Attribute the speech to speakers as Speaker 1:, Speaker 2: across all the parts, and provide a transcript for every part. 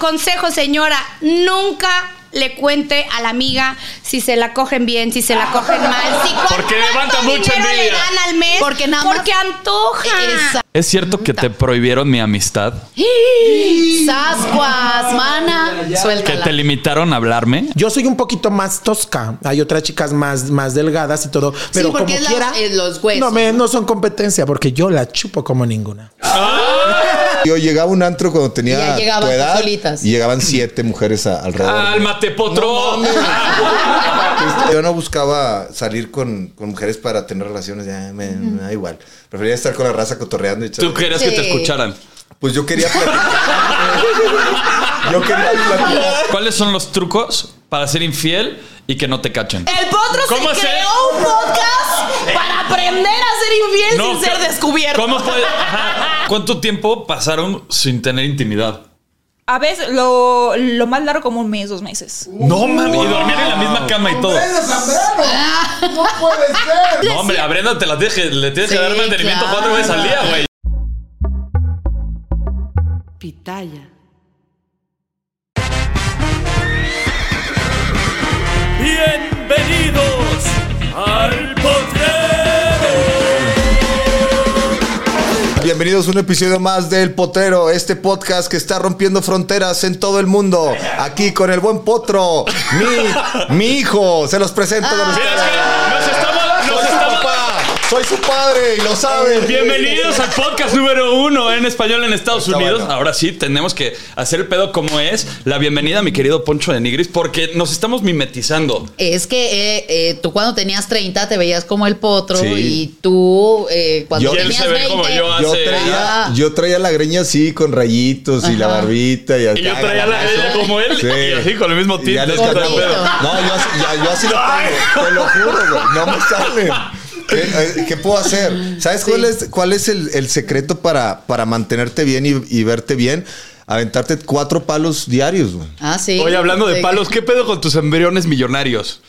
Speaker 1: Consejo, señora, nunca le cuente a la amiga si se la cogen bien, si se la cogen mal, si cuánto
Speaker 2: Porque levanta mucha
Speaker 1: dinero le
Speaker 2: envidia.
Speaker 1: dan al mes,
Speaker 3: Porque nada más-
Speaker 1: porque antoja.
Speaker 3: Esa-
Speaker 2: ¿Es cierto que te prohibieron mi amistad?
Speaker 3: Sascuas, mana.
Speaker 2: ¿Que
Speaker 3: Suéltala.
Speaker 2: te limitaron a hablarme?
Speaker 4: Yo soy un poquito más tosca. Hay otras chicas más, más delgadas y todo. Pero
Speaker 3: porque
Speaker 4: como
Speaker 3: es la-
Speaker 4: quiera.
Speaker 3: es los huesos.
Speaker 4: No, me, no son competencia porque yo la chupo como ninguna.
Speaker 5: Yo llegaba a un antro cuando tenía
Speaker 3: Y ya llegaban
Speaker 5: tu edad
Speaker 3: solitas.
Speaker 5: y llegaban siete mujeres a- alrededor.
Speaker 2: ¡Cálmate, potro!
Speaker 5: Yo no buscaba salir con, con mujeres para tener relaciones, ya me, me da igual. Prefería estar con la raza cotorreando y
Speaker 2: Tú
Speaker 5: chale.
Speaker 2: querías que te
Speaker 3: Sí.
Speaker 2: escucharan.
Speaker 5: Pues yo quería platicar. yo quería platicar.
Speaker 2: ¿Cuáles son los trucos para ser infiel y que no te cachen?
Speaker 1: El potro
Speaker 2: ¿Cómo
Speaker 1: se
Speaker 2: se-
Speaker 1: creó un podcast para aprender a ser infiel
Speaker 2: No,
Speaker 1: sin ser
Speaker 2: ¿qué-
Speaker 1: descubierto.
Speaker 2: ¿Cómo puede- Ajá. ¿Cuánto tiempo pasaron sin tener intimidad?
Speaker 6: A veces lo, lo más largo como un mes, dos meses.
Speaker 2: No mami. Y dormir en la misma cama y todo.
Speaker 5: ¡No puede ser!
Speaker 2: No, hombre, a Brenda te la tienes que- le tienes que
Speaker 3: Sí,
Speaker 2: dar mantenimiento
Speaker 3: claro.
Speaker 2: cuatro veces al día, güey.
Speaker 7: Pitaya.
Speaker 2: Bienvenidos al potrero.
Speaker 5: Bienvenidos a un episodio más del Potrero, este podcast que está rompiendo fronteras en todo el mundo. Aquí con el buen potro, mi, mi hijo, se los presento. con
Speaker 2: Ah. Mira,
Speaker 5: ustedes.
Speaker 2: es que nos estamos, nos
Speaker 5: Soy su
Speaker 2: estamos-
Speaker 5: papá, soy su padre y lo saben.
Speaker 2: Bienvenidos al podcast número uno en español en Estados
Speaker 5: Está
Speaker 2: Unidos.
Speaker 5: bueno.
Speaker 2: Ahora sí, tenemos que hacer el pedo como es. La bienvenida, mi querido Poncho de Nigris, porque nos estamos mimetizando.
Speaker 3: Es que eh, eh, tú cuando tenías 30 te veías como el potro
Speaker 5: Sí.
Speaker 3: y tú eh, cuando
Speaker 5: Yo- Y él
Speaker 3: tenías
Speaker 2: se ve
Speaker 3: 20
Speaker 2: como yo.
Speaker 5: Yo
Speaker 2: hace- Ah.
Speaker 5: traía, yo traía la greña así, con rayitos y la
Speaker 3: Ajá.
Speaker 5: barbita. Y,
Speaker 2: Y yo traía la greña como él, y así, con el mismo
Speaker 5: Y ya
Speaker 2: tinte,
Speaker 5: les cambiaba.
Speaker 3: gordito.
Speaker 5: No, yo así, ya- yo así lo tengo. Te lo juro, güey. No me sale. ¿Qué, eh, qué puedo hacer? ¿Sabes cuál es, cuál es el, el secreto para, para mantenerte bien y, y verte bien? Aventarte cuatro palos diarios, güey.
Speaker 3: Ah, sí.
Speaker 2: Oye, hablando de
Speaker 3: Sí.
Speaker 2: palos, ¿qué pedo con tus embriones millonarios?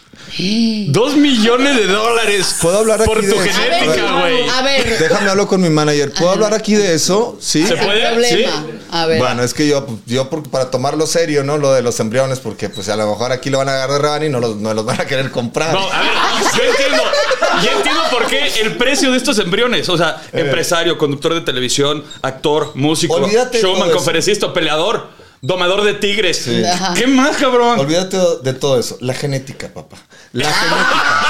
Speaker 2: Dos millones de dólares.
Speaker 5: ¿Puedo hablar
Speaker 2: Por
Speaker 5: aquí
Speaker 2: tu
Speaker 5: de eso?
Speaker 3: A ver,
Speaker 2: genética, güey.
Speaker 3: A ver,
Speaker 5: Déjame hablar con mi manager. ¿Puedo hablar aquí de eso? Sí.
Speaker 2: ¿Se puede?
Speaker 3: problema.
Speaker 2: Sí.
Speaker 3: A ver.
Speaker 5: Bueno, es que yo, yo por- para tomarlo serio, ¿no? Lo de los embriones, porque pues a lo mejor aquí lo van a agarrar de reban y no los, no los van a querer comprar.
Speaker 2: No, a ver, yo entiendo. Yo entiendo por qué el precio de estos embriones. O sea,
Speaker 5: Eh.
Speaker 2: empresario, conductor de televisión, actor, músico,
Speaker 5: Olvídate de todo
Speaker 2: showman,
Speaker 5: eso.
Speaker 2: conferencista, peleador, domador de tigres.
Speaker 3: Ajá.
Speaker 2: ¿Qué más, cabrón?
Speaker 5: Olvídate de todo eso. La genética, papá. La genética.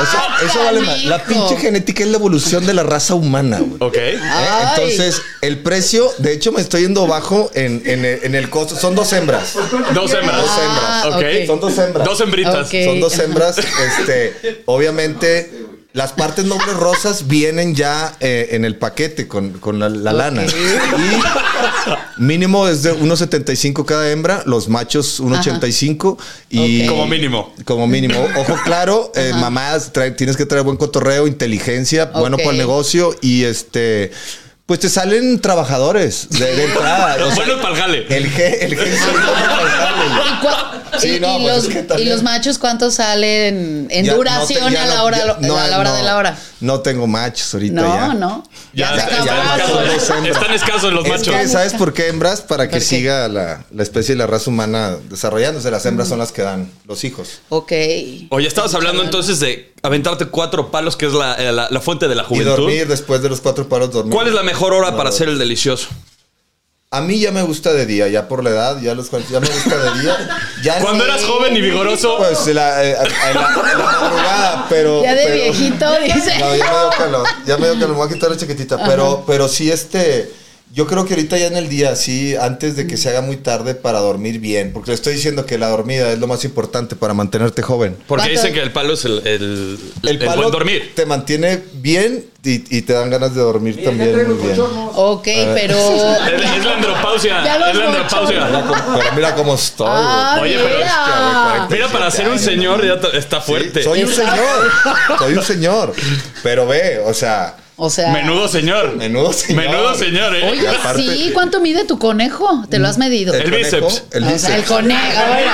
Speaker 5: O sea, eso vale más. La
Speaker 3: canijo.
Speaker 5: pinche genética es la evolución de la raza humana, güey.
Speaker 2: Ok.
Speaker 5: ¿Eh?
Speaker 3: Ay.
Speaker 5: Entonces, el precio, de hecho, me estoy yendo bajo en, en el, en el costo. Son dos hembras.
Speaker 2: Dos hembras.
Speaker 5: Dos
Speaker 3: Ah,
Speaker 2: ok.
Speaker 3: ok.
Speaker 5: Son dos hembras.
Speaker 2: Dos hembritas.
Speaker 3: Ok.
Speaker 5: Son dos
Speaker 3: Ajá.
Speaker 5: hembras. Este, obviamente, las partes nobles rosas vienen ya eh, en el paquete con, con la, la lana. Y mínimo es de 1,75 cada hembra, los machos 1,85 y
Speaker 3: Ok.
Speaker 2: Como mínimo.
Speaker 5: Como mínimo. Ojo claro, eh, mamás, trae- tienes que traer buen cotorreo, inteligencia, bueno
Speaker 3: Ok.
Speaker 5: para el negocio y este. Pues te salen trabajadores de, de entrada. O sea,
Speaker 2: Bueno, para el jale.
Speaker 5: el gen, el gen se llama trabajadores.
Speaker 3: ¿Y, cua-
Speaker 5: Sí,
Speaker 3: y-
Speaker 5: no,
Speaker 3: y
Speaker 5: pues
Speaker 3: los,
Speaker 5: es que
Speaker 3: y
Speaker 5: también-
Speaker 3: los machos cuántos salen en
Speaker 5: Ya, no
Speaker 3: duración
Speaker 5: te- ya
Speaker 3: a la
Speaker 5: no-
Speaker 3: hora,
Speaker 5: ya- no,
Speaker 3: a la hora
Speaker 5: no,
Speaker 3: de la hora?
Speaker 5: No tengo machos ahorita.
Speaker 3: No,
Speaker 5: ya.
Speaker 3: no.
Speaker 2: Ya,
Speaker 3: se
Speaker 2: ya,
Speaker 3: acabó.
Speaker 2: ya,
Speaker 5: acabaron.
Speaker 2: están escasos.
Speaker 5: Hembras.
Speaker 2: Están escasos los
Speaker 5: Es
Speaker 2: machos.
Speaker 5: que, ¿Sabes por qué hembras? Para que
Speaker 3: ¿Por qué?
Speaker 5: siga la, la especie y la raza humana desarrollándose. Las hembras son las que dan los hijos.
Speaker 3: Ok.
Speaker 2: Oye, estabas hablando entonces de aventarte cuatro palos, que es la, eh, la- la fuente de la
Speaker 5: Y
Speaker 2: juventud.
Speaker 5: dormir después de los cuatro paros dormir.
Speaker 2: ¿Cuál es la mejor hora para
Speaker 5: No,
Speaker 2: hacer el delicioso?
Speaker 5: A mí ya me gusta de día, ya por la edad, ya los cuarenta- ya me gusta de día. Ya
Speaker 2: Cuando
Speaker 5: no-
Speaker 2: eras joven y vigoroso.
Speaker 5: Pues la, eh, a- a la- a la madrugada, pero.
Speaker 3: Ya de
Speaker 5: pero-
Speaker 3: viejito dice.
Speaker 5: No, ya me dio calor, ya me dio calor, me voy a quitar la chaquetita, pero, pero sí este. Yo creo que ahorita ya en el día, sí, antes de que se haga muy tarde para dormir bien, porque le estoy diciendo que la dormida es lo más importante para mantenerte joven.
Speaker 2: Porque
Speaker 3: ¿Cuánto-
Speaker 2: dicen que el palo es el, el, el
Speaker 5: palo
Speaker 2: buen dormir.
Speaker 5: te mantiene bien y, y te dan ganas de dormir también muy bien.
Speaker 3: Ok, pero.
Speaker 2: Es, es
Speaker 3: Ya
Speaker 2: la
Speaker 3: los
Speaker 2: andropausia. Es la andropausia.
Speaker 5: Mira cómo- pero mira cómo estoy. güey.
Speaker 3: Ah,
Speaker 2: Oye, pero- Mira, para ser
Speaker 5: 47
Speaker 2: un
Speaker 5: años,
Speaker 2: señor ya t- está fuerte.
Speaker 5: Soy un
Speaker 3: Exacto.
Speaker 5: señor. Soy un señor. Pero ve, o sea,
Speaker 3: O sea.
Speaker 2: Menudo señor.
Speaker 5: menudo señor.
Speaker 2: Menudo señor, ¿eh?
Speaker 3: Oye,
Speaker 5: Y aparte- Mm,
Speaker 3: sí, ¿cuánto mide tu conejo? ¿Te lo has medido?
Speaker 2: El
Speaker 5: conejo,
Speaker 2: bíceps.
Speaker 5: El
Speaker 3: Ah, o sea, el
Speaker 5: bíceps.
Speaker 3: conejo. bueno.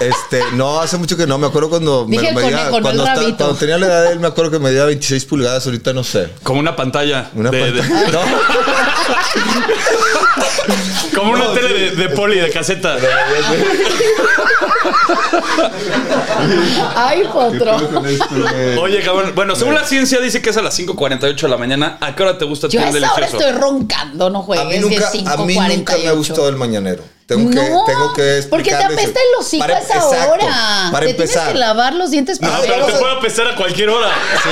Speaker 5: Este, no, hace mucho que no. Me acuerdo cuando me,
Speaker 3: Dije el
Speaker 5: medía-
Speaker 3: conejo, no el
Speaker 5: cuando,
Speaker 3: rabito.
Speaker 5: cuando tenía la edad de él, me acuerdo que me medía 26 pulgadas. Ahorita no sé.
Speaker 2: Como una pantalla.
Speaker 5: Una
Speaker 2: de- de-
Speaker 5: pantalla. No,
Speaker 2: como una
Speaker 5: No,
Speaker 2: tele
Speaker 5: sí.
Speaker 2: de, de poli, de caseta.
Speaker 3: Ay, potro.
Speaker 5: eh,
Speaker 2: Oye, cabrón. Bueno, según la ciencia dice que es a las 5.48 de la mañana. ¿A qué hora te gusta
Speaker 3: Yo
Speaker 2: tu
Speaker 3: a esa hora
Speaker 2: delicioso?
Speaker 3: estoy roncando, no juegues.
Speaker 5: a mí,
Speaker 3: que
Speaker 5: nunca,
Speaker 3: es
Speaker 5: a mí nunca me ha
Speaker 3: 5:48.
Speaker 5: gustado el mañanero. Tengo que,
Speaker 3: No,
Speaker 5: tengo que
Speaker 3: porque te
Speaker 5: explicarles-
Speaker 3: apesta el hocico
Speaker 5: Para-
Speaker 3: a esa
Speaker 5: exacto,
Speaker 3: hora.
Speaker 5: Para
Speaker 3: te
Speaker 5: empezar.
Speaker 3: tienes que lavar los dientes
Speaker 5: No,
Speaker 2: Ah,
Speaker 3: primero.
Speaker 2: pero te
Speaker 5: Vamos a-
Speaker 2: puede apestar a cualquier hora.
Speaker 5: Sí,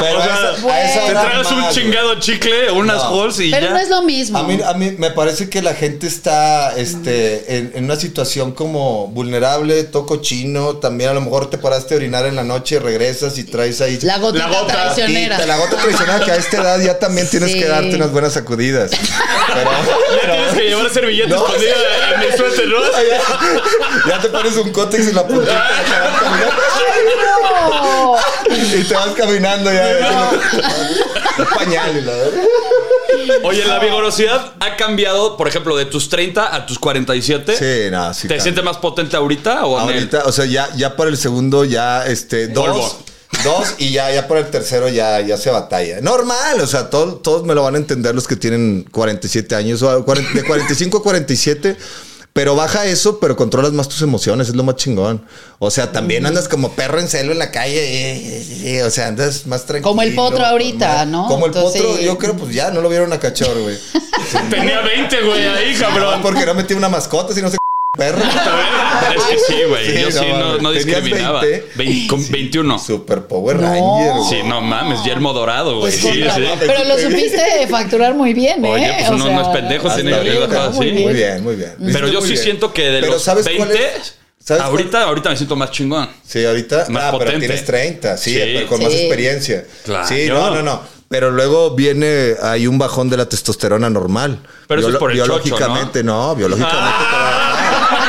Speaker 5: pero
Speaker 2: O
Speaker 5: a
Speaker 2: sea,
Speaker 5: esa- a esa
Speaker 2: te
Speaker 5: hora
Speaker 2: tragas un
Speaker 5: más, güey.
Speaker 2: chingado chicle, unas
Speaker 5: No.
Speaker 2: holes y
Speaker 3: Pero
Speaker 2: ya.
Speaker 3: no es lo mismo.
Speaker 5: A mí, a mí me parece que la gente está este, en, en una situación como vulnerable, toco chino, también a lo mejor te paraste a orinar en la noche, regresas y traes ahí...
Speaker 3: la gotita
Speaker 2: La gota.
Speaker 3: traicionera.
Speaker 5: Y te la gota tradicional que a esta edad ya también tienes
Speaker 3: Sí.
Speaker 5: que darte unas buenas sacudidas. Pero,
Speaker 2: Ya tienes que llevar servilleta
Speaker 5: No.
Speaker 2: escondida en el suéter, este ¿no?
Speaker 5: ya te pones un cótex en la puntita y te vas caminando.
Speaker 3: No.
Speaker 5: Y te vas caminando ya. Un pañal. y la verdad.
Speaker 2: Oye, la vigorosidad ha cambiado, por ejemplo, de tus 30 a tus 47.
Speaker 5: Sí, no, sí.
Speaker 2: ¿Te
Speaker 5: cambia.
Speaker 2: sientes más potente ahorita o en el-
Speaker 5: Ahorita, o sea, ya, ya para el segundo, ya este, dos.
Speaker 2: Polvo.
Speaker 5: Dos y ya, ya para el tercero ya, ya se batalla. Normal, o sea, todo- todos me lo van a entender los que tienen 47 años, o cuaren- de 45 a 47, pero baja eso, pero controlas más tus emociones, es lo más chingón. O sea, también andas como perro en celo en la calle, eh, eh, eh, o sea, andas más tranquilo.
Speaker 3: Como el potro
Speaker 5: con
Speaker 3: ahorita,
Speaker 5: más-
Speaker 3: ¿no?
Speaker 5: Como el
Speaker 3: Entonces-
Speaker 5: potro, yo creo, pues ya, no lo vieron a cachor, güey.
Speaker 2: Tenía 20, güey, ahí,
Speaker 5: No,
Speaker 2: cabrón.
Speaker 5: porque no metí una mascota, sino se perro.
Speaker 2: Es que sí, güey.
Speaker 5: Sí,
Speaker 2: Yo sí
Speaker 5: no,
Speaker 2: no, no
Speaker 5: mames. Tenías
Speaker 2: discriminaba.
Speaker 5: 20.
Speaker 2: Vein- con 21.
Speaker 5: Super Power
Speaker 3: No.
Speaker 5: Ranger. güey.
Speaker 2: Sí, no mames, yermo dorado, güey.
Speaker 5: Pues
Speaker 2: sí,
Speaker 5: contra-
Speaker 2: sí.
Speaker 3: Pero lo supiste facturar muy bien, ¿eh?
Speaker 2: Oye, pues
Speaker 3: O
Speaker 2: uno
Speaker 3: sea,
Speaker 2: no es pendejo,
Speaker 5: Hasta
Speaker 2: tiene que
Speaker 5: ahorita.
Speaker 2: bajar
Speaker 3: muy
Speaker 2: así.
Speaker 5: Muy bien, muy bien.
Speaker 2: Pero
Speaker 5: Hiciste
Speaker 2: yo
Speaker 5: muy
Speaker 2: sí
Speaker 5: bien.
Speaker 2: siento que de
Speaker 5: Pero
Speaker 2: los
Speaker 5: ¿sabes
Speaker 2: 20,
Speaker 5: cuál es? ¿Sabes cuál-
Speaker 2: ahorita, ahorita me siento más chingón.
Speaker 5: Sí, ahorita.
Speaker 2: Más
Speaker 5: ah,
Speaker 2: potente.
Speaker 5: pero tienes 30, sí,
Speaker 2: Sí.
Speaker 5: pero con más
Speaker 3: Sí.
Speaker 5: experiencia.
Speaker 2: Claro.
Speaker 5: Sí, no, no, no. Pero luego viene, hay un bajón de la testosterona normal.
Speaker 2: Pero eso es
Speaker 5: Biolo-
Speaker 2: por el chocho, Ah.
Speaker 5: Biológicamente, ¿no? biológicamente. te va a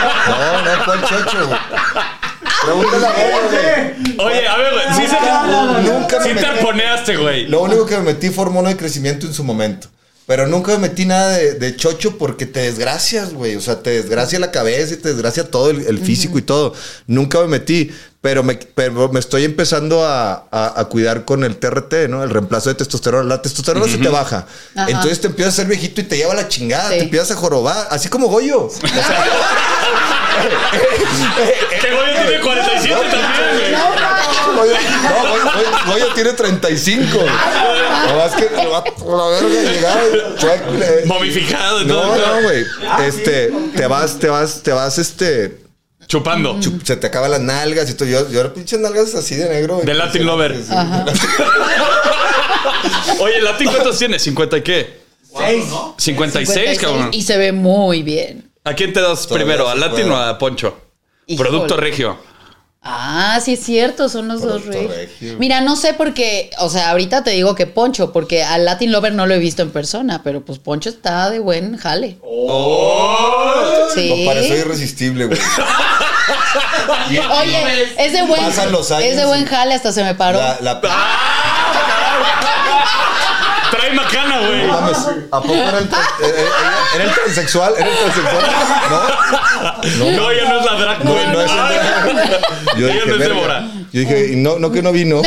Speaker 5: bajar. No, no, ¿cuál chocho? güey?
Speaker 3: Ah,
Speaker 5: Pregúntale a él, güey.
Speaker 2: Oye, a ver, güey, sí, se-
Speaker 5: Nunca me
Speaker 2: sí te
Speaker 5: metí-
Speaker 2: arponeaste, güey.
Speaker 5: Lo único que me metí fue hormona de crecimiento en su momento. Pero nunca me metí nada de, de chocho porque te desgracias, güey. O sea, te desgracia la cabeza y te desgracia todo el, el físico y todo. Nunca me metí, pero me, pero me estoy empezando a, a- a cuidar con el TRT, ¿no? El reemplazo de testosterona. La testosterona se te baja.
Speaker 3: Ajá.
Speaker 5: Entonces te empiezas a ser viejito y te lleva la chingada.
Speaker 3: Sí.
Speaker 5: Te empiezas a jorobar, así como Goyo.
Speaker 2: Que Este güey tiene 47 también, güey.
Speaker 5: Goyo, no, Goyo, Goyo- Goyo tiene 35. No, más que lo va a la verga llegaba y fue- eh,
Speaker 2: Momificado y
Speaker 5: No,
Speaker 2: todo.
Speaker 5: no, güey. Este, te vas, te vas, te vas, este.
Speaker 2: Chupando.
Speaker 5: chup- se te acaban las nalgas y todo. Yo, yo era pinche nalgas así de negro. güey.
Speaker 2: De Latin Lover.
Speaker 5: Sí, sí.
Speaker 2: Oye, Latin, ¿cuántos tienes? ¿50 y qué? 56, cabrón.
Speaker 3: pues, Y se ve muy bien.
Speaker 2: ¿A quién te das
Speaker 5: Todavía
Speaker 2: primero?
Speaker 5: se
Speaker 2: ¿A Latin
Speaker 5: puede.
Speaker 2: o a Poncho?
Speaker 3: Híjole.
Speaker 2: Producto regio.
Speaker 3: Ah, sí es cierto, son los dos
Speaker 5: Producto
Speaker 3: reyes.
Speaker 5: regio.
Speaker 3: Mira, no sé por qué, o sea, ahorita te digo que Poncho, porque al Latin Lover no lo he visto en persona, pero pues Poncho está de buen jale.
Speaker 2: ¡Oh!
Speaker 3: Sí.
Speaker 5: Compadre, soy irresistible, güey.
Speaker 3: Oye, es de buen,
Speaker 5: Pasan los años
Speaker 3: es de buen
Speaker 5: y-
Speaker 3: jale, hasta se me paró.
Speaker 5: La, la-
Speaker 2: Trae macana, güey.
Speaker 5: ¡Ah! no mames, ¿A poco era el, tra- era- era- era el transexual? ¿Era el transexual? No.
Speaker 2: No, ella no es la drag
Speaker 5: No,
Speaker 2: queen.
Speaker 5: no es el-
Speaker 2: Ay.
Speaker 5: Yo
Speaker 2: Ella
Speaker 5: dije,
Speaker 2: no es
Speaker 5: verga.
Speaker 2: Débora.
Speaker 5: Yo dije, no, no que no vino.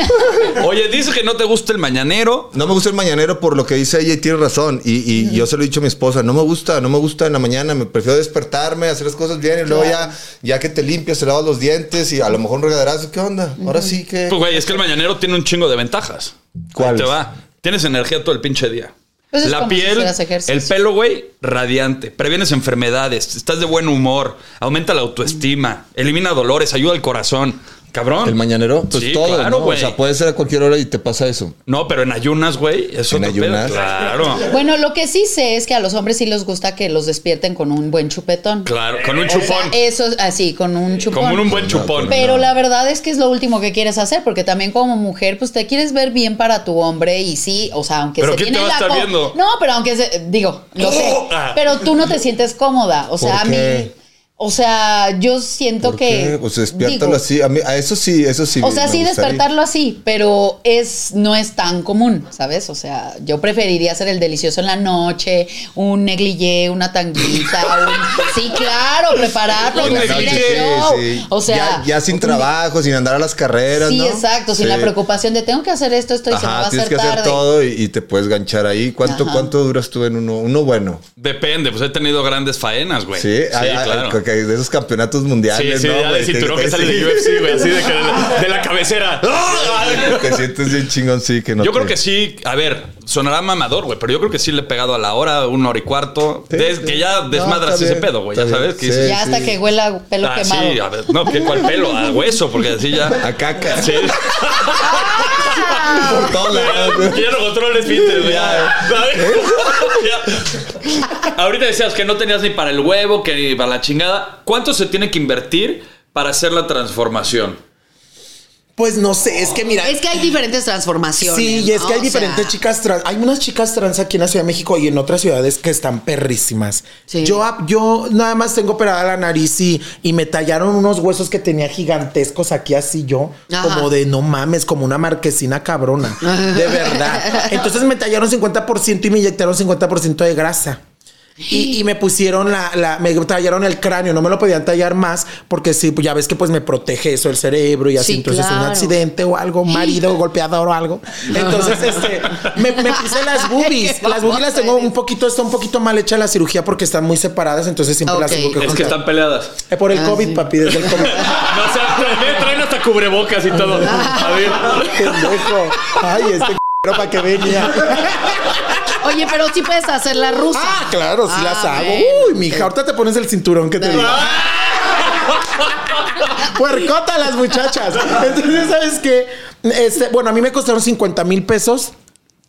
Speaker 2: Oye, dice que no te gusta el mañanero.
Speaker 5: No me gusta el mañanero por lo que dice ella y tiene razón. Y, y yo se lo he dicho a mi esposa, no me gusta, no me gusta en la mañana, me prefiero despertarme, hacer las cosas bien y luego ya, ya que te limpias, te lavas los dientes y a lo mejor un regaderazo, ¿qué onda? Ahora sí que...
Speaker 2: Pues, güey, es que el mañanero tiene un chingo de ventajas.
Speaker 5: ¿Cuáles?
Speaker 2: Te va. Tienes energía todo el pinche día.
Speaker 3: Pues es
Speaker 2: la
Speaker 3: como si
Speaker 2: piel,
Speaker 3: hicieras ejercicio.
Speaker 2: el pelo, güey, radiante. Previenes enfermedades, estás de buen humor, aumenta la autoestima, elimina dolores, ayuda al corazón. Cabrón.
Speaker 5: El mañanero, pues
Speaker 2: Sí,
Speaker 5: todo,
Speaker 2: claro,
Speaker 5: ¿no?
Speaker 2: güey.
Speaker 5: O sea, puede ser a cualquier hora y te pasa eso.
Speaker 2: No, pero en ayunas, güey. Es
Speaker 5: En
Speaker 2: otro pedo.
Speaker 5: ayunas.
Speaker 2: Claro.
Speaker 3: Bueno, lo que sí sé es que a los hombres sí les gusta que los despierten con un buen chupetón.
Speaker 2: Claro, con un
Speaker 3: O sea,
Speaker 2: chupón.
Speaker 3: eso es así, con un chupón.
Speaker 2: Como un buen chupón.
Speaker 3: Pero la verdad es que es lo último que quieres hacer, porque también como mujer, pues te quieres ver bien para tu hombre y sí, o sea, aunque
Speaker 2: ¿Pero
Speaker 3: se
Speaker 2: quién
Speaker 3: tiene
Speaker 2: te va a
Speaker 3: la
Speaker 2: estar
Speaker 3: co-
Speaker 2: viendo?
Speaker 3: No, pero aunque se, digo, lo sé,
Speaker 2: Oh, ah.
Speaker 3: pero tú no te sientes cómoda, o sea, a
Speaker 5: ¿Por
Speaker 3: mí,
Speaker 5: qué?
Speaker 3: o sea, yo siento
Speaker 5: ¿Por
Speaker 3: que...
Speaker 5: qué? Pues despiértalo
Speaker 3: digo,
Speaker 5: así. A, mí, a eso sí, eso sí.
Speaker 3: O sea,
Speaker 5: me
Speaker 3: sí
Speaker 5: gustaría.
Speaker 3: despertarlo así, pero es no es tan común, ¿sabes? O sea, yo preferiría hacer el delicioso en la noche, un negligé, una tanguita, un- sí, claro, prepararlo,
Speaker 2: Un
Speaker 3: pues,
Speaker 5: Sí,
Speaker 3: ir al
Speaker 2: negligé,
Speaker 3: show.
Speaker 5: sí.
Speaker 3: O sea,
Speaker 5: ya, ya sin trabajo, sin andar a las carreras.
Speaker 3: Sí,
Speaker 5: ¿no?
Speaker 3: exacto, sin
Speaker 5: Sí.
Speaker 3: la preocupación de tengo que hacer esto, esto y se me va a
Speaker 5: Ajá,
Speaker 3: hacer
Speaker 5: tienes que hacer
Speaker 3: tarde.
Speaker 5: todo y, y te puedes ganchar ahí. ¿Cuánto,
Speaker 3: Ajá.
Speaker 5: ¿Cuánto duras tú en uno? Uno bueno.
Speaker 2: Depende, pues he tenido grandes faenas, güey.
Speaker 5: Sí, hay- hay-
Speaker 2: claro.
Speaker 5: que- de esos campeonatos mundiales.
Speaker 2: Sí, sí,
Speaker 5: ¿no,
Speaker 2: ya de
Speaker 5: güey?
Speaker 2: cinturón
Speaker 5: Te-
Speaker 2: que sale de
Speaker 5: sí.
Speaker 2: UFC, güey, así de, que de, la, de la cabecera.
Speaker 5: Te sientes bien chingón, sí. Que no
Speaker 2: Yo
Speaker 5: te-
Speaker 2: creo que sí, a ver, sonará mamador, güey, pero yo creo que sí le he pegado a la hora, una hora y cuarto.
Speaker 5: Sí,
Speaker 2: Des-
Speaker 5: sí.
Speaker 2: Que ya
Speaker 5: No,
Speaker 2: desmadras
Speaker 5: está
Speaker 2: ese
Speaker 5: bien,
Speaker 2: pedo, güey, ya
Speaker 5: está
Speaker 2: sabes.
Speaker 5: bien.
Speaker 2: Que
Speaker 5: Sí.
Speaker 2: dices,
Speaker 3: Ya hasta que huela pelo
Speaker 2: ah,
Speaker 3: quemado.
Speaker 2: sí, a ver, no, que cuál pelo, a hueso, porque así ya.
Speaker 5: A caca.
Speaker 2: Sí.
Speaker 5: Por todos lados, güey.
Speaker 2: Que ya no controles Peter, güey. Ya. Ahorita decías que no tenías ni para el huevo, que ni para la chingada. ¿Cuánto se tiene que invertir para hacer la transformación?
Speaker 4: Pues no sé, es que mira.
Speaker 3: Es que hay diferentes transformaciones.
Speaker 4: Sí, y es
Speaker 3: ¿no?
Speaker 4: que hay
Speaker 3: O
Speaker 4: diferentes
Speaker 3: sea,
Speaker 4: chicas trans. Hay unas chicas trans aquí en la Ciudad de México y en otras ciudades que están perrísimas.
Speaker 3: Sí.
Speaker 4: Yo, ap- yo nada más tengo operada la nariz y, y me tallaron unos huesos que tenía gigantescos aquí así yo.
Speaker 3: Ajá.
Speaker 4: Como de no mames, como una marquesina cabrona. De verdad. Entonces me tallaron 50% y me inyectaron 50% de grasa. Y, y me pusieron la, la- me tallaron el cráneo, no me lo podían tallar más porque sí, pues ya ves que pues me protege eso el cerebro y así,
Speaker 3: Sí,
Speaker 4: entonces un
Speaker 3: claro.
Speaker 4: accidente o algo, un marido golpeador o algo. Entonces, este, me, me puse las boobies,
Speaker 3: Qué
Speaker 4: las boobies las tengo
Speaker 3: babosa
Speaker 4: un poquito, está un poquito mal hecha la cirugía porque están muy separadas, entonces siempre las
Speaker 3: Ok.
Speaker 4: tengo que
Speaker 2: Es
Speaker 4: juntar.
Speaker 2: que están peleadas.
Speaker 4: Eh, Por el
Speaker 3: Ah,
Speaker 4: COVID,
Speaker 3: sí.
Speaker 4: papi, desde el COVID.
Speaker 2: No, o sea, traen, traen hasta cubrebocas y todo. A ver.
Speaker 4: Pendejo. Ay, este para que venía.
Speaker 3: Oye, pero sí puedes hacer la rusa.
Speaker 4: Ah, claro, sí
Speaker 3: Ah,
Speaker 4: las hago.
Speaker 3: bueno.
Speaker 4: Uy, mija, ahorita te pones el cinturón que te digo. Puercota las muchachas. Entonces, ¿sabes qué? Este, bueno, a mí me costaron 50 mil pesos.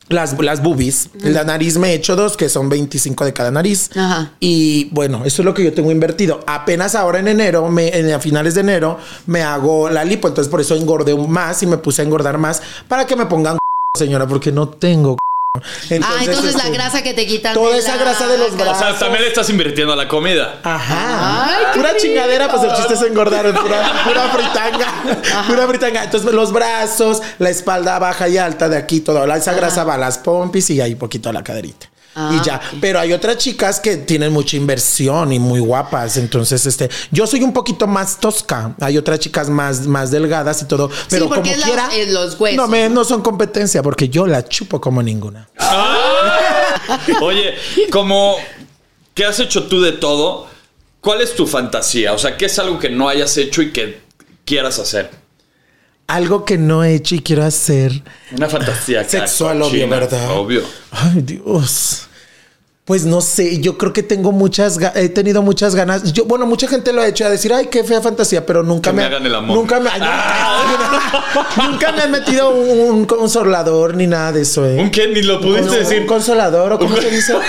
Speaker 4: Las, las boobies, la nariz me he hecho dos, que son 25 de cada nariz.
Speaker 3: Ajá.
Speaker 4: Y bueno, eso es lo que yo tengo invertido. Apenas ahora en enero, me- en, a finales de enero, me hago la lipo. Entonces por eso engordé más y me puse a engordar más para que me pongan señora, porque no tengo.
Speaker 3: ah, entonces la
Speaker 4: este,
Speaker 3: grasa que te quitan.
Speaker 4: toda
Speaker 3: de
Speaker 4: esa
Speaker 3: la
Speaker 4: grasa de los
Speaker 3: cara.
Speaker 2: O sea, también le estás invirtiendo a la comida.
Speaker 4: Ajá.
Speaker 3: Ay, qué
Speaker 4: pura
Speaker 3: rico.
Speaker 4: chingadera, pues el chiste es engordar, pura, pura fritanga. Pura fritanga. Entonces los brazos, la espalda baja y alta de aquí, toda la- esa grasa va a las pompis y ahí poquito a la caderita.
Speaker 3: Ah,
Speaker 4: y ya, pero hay otras chicas que tienen mucha inversión y muy guapas, entonces este, yo soy un poquito más tosca, hay otras chicas más más delgadas y todo, pero
Speaker 3: porque
Speaker 4: como
Speaker 3: es la-
Speaker 4: quiera
Speaker 3: eh, los huesos,
Speaker 4: no me no son competencia porque yo la chupo como ninguna.
Speaker 2: Oye, como que has hecho tú de todo, ¿cuál es tu fantasía? O sea, ¿qué es algo que no hayas hecho y que quieras hacer?
Speaker 4: Algo que no he hecho y quiero hacer.
Speaker 2: Una fantasía acá,
Speaker 4: Sexual, obvio,
Speaker 2: cochina,
Speaker 4: ¿verdad?
Speaker 2: Obvio.
Speaker 4: Ay, Dios. Pues no sé, yo creo que tengo muchas, ga- he tenido muchas ganas. Yo, bueno, mucha gente lo ha hecho a decir, ay, qué fea fantasía, pero nunca
Speaker 2: Que me hagan el amor.
Speaker 4: Nunca me, ay, no, no, nunca me han metido un, un consolador ni nada de eso. ¿eh?
Speaker 2: ¿Un qué? Ni lo
Speaker 4: No,
Speaker 2: pudiste decir.
Speaker 4: un consolador o cómo se dice.
Speaker 2: Un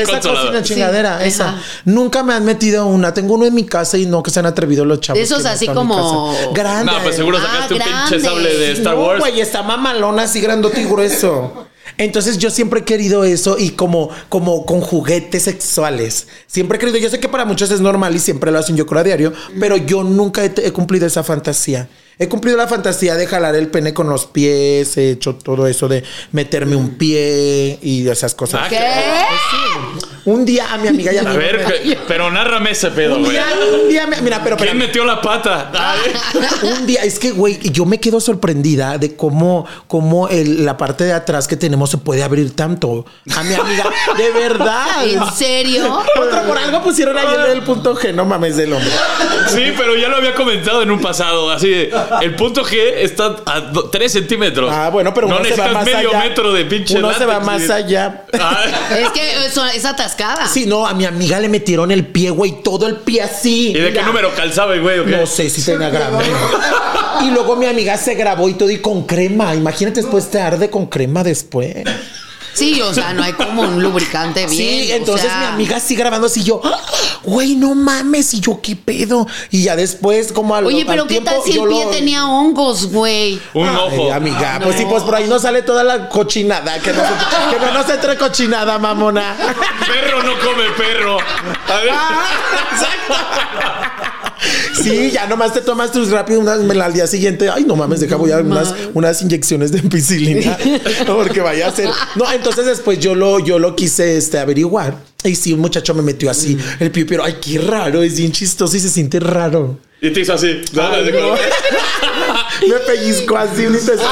Speaker 4: esa
Speaker 2: consolador.
Speaker 4: cocina chingadera,
Speaker 3: Sí,
Speaker 4: esa.
Speaker 3: ajá.
Speaker 4: Nunca me han metido una. Tengo uno en mi casa y no que se han atrevido los chavos.
Speaker 3: Esos
Speaker 4: que no
Speaker 3: así
Speaker 4: están en mi
Speaker 3: como-
Speaker 4: casa. Grande.
Speaker 2: No, pues seguro
Speaker 3: Ah,
Speaker 2: sacaste un pinche
Speaker 3: grande.
Speaker 2: sable de Star
Speaker 4: No,
Speaker 2: Wars.
Speaker 4: güey, está mamalona así grandote y grueso. Entonces yo siempre he querido eso y como, como con juguetes sexuales. Siempre he querido, yo sé que para muchos es normal y siempre lo hacen yo creo a diario, pero yo nunca he, he cumplido esa fantasía. He cumplido la fantasía de jalar el pene con los pies, he hecho todo eso de meterme un pie y esas cosas.
Speaker 2: Ah,
Speaker 3: ¿Qué?
Speaker 4: Un día a mi amiga ya
Speaker 2: A
Speaker 4: me-
Speaker 2: ver, que- pero nárrame ese pedo,
Speaker 4: un
Speaker 2: güey.
Speaker 4: día, un día me- mira, pero
Speaker 2: ¿Quién
Speaker 4: espérame.
Speaker 2: metió la pata? Ah, eh. A ver.
Speaker 4: Un día, es que, güey, yo me quedo sorprendida de cómo, cómo el- la parte de atrás que tenemos se puede abrir tanto. A mi amiga, de verdad.
Speaker 3: ¿En serio?
Speaker 4: Otro por algo pusieron ahí el, el punto G, no mames del hombre.
Speaker 2: Sí, pero ya lo había comentado en un pasado. Así, de, el punto G está a 3 centímetros.
Speaker 4: Ah, bueno, pero
Speaker 2: no
Speaker 4: uno se va
Speaker 2: necesitas
Speaker 4: más
Speaker 2: medio
Speaker 4: allá.
Speaker 2: metro de pinche
Speaker 4: Uno se va
Speaker 2: látex,
Speaker 4: más
Speaker 2: sí.
Speaker 4: allá.
Speaker 2: Ah,
Speaker 3: Es que eso- es
Speaker 1: atascada.
Speaker 4: Sí, no, a mi amiga le metieron el pie, güey, todo el pie así.
Speaker 2: ¿Y de qué
Speaker 4: Mira.
Speaker 2: número calzaba el güey? o qué?
Speaker 4: No sé si tenía grande. Y luego mi amiga se grabó y todo y con crema. Imagínate después te arde con crema después.
Speaker 3: Sí, o sea, no hay como un lubricante bien.
Speaker 4: sí,
Speaker 3: o
Speaker 4: entonces
Speaker 3: sea,
Speaker 4: mi amiga así grabando así yo, ¡ah! güey, no mames, y yo qué pedo. Y ya después como al
Speaker 3: Oye,
Speaker 4: al
Speaker 3: pero ¿qué
Speaker 4: tiempo,
Speaker 3: tal si el
Speaker 4: yo
Speaker 3: pie
Speaker 4: lo-
Speaker 3: tenía hongos, güey?
Speaker 2: Un
Speaker 4: Ay,
Speaker 2: ojo.
Speaker 4: amiga, pues sí, pues por ahí no sale toda la cochinada. Que no se, que no, no se trae cochinada, mamona.
Speaker 2: Perro no come perro. A ver.
Speaker 4: Ah. Sí, ya nomás te tomas tus rápido unas al día siguiente. Ay, no mames, deja voy a dar unas, unas inyecciones de ampicilina porque vaya a ser. No, entonces después yo lo, yo lo quise este, averiguar. Y sí, un muchacho me metió así el pie, pero ay, qué raro, es bien chistoso y se siente raro.
Speaker 2: Y te hizo así. ¿no?
Speaker 4: Ay, no. me pellizcó así un intestino.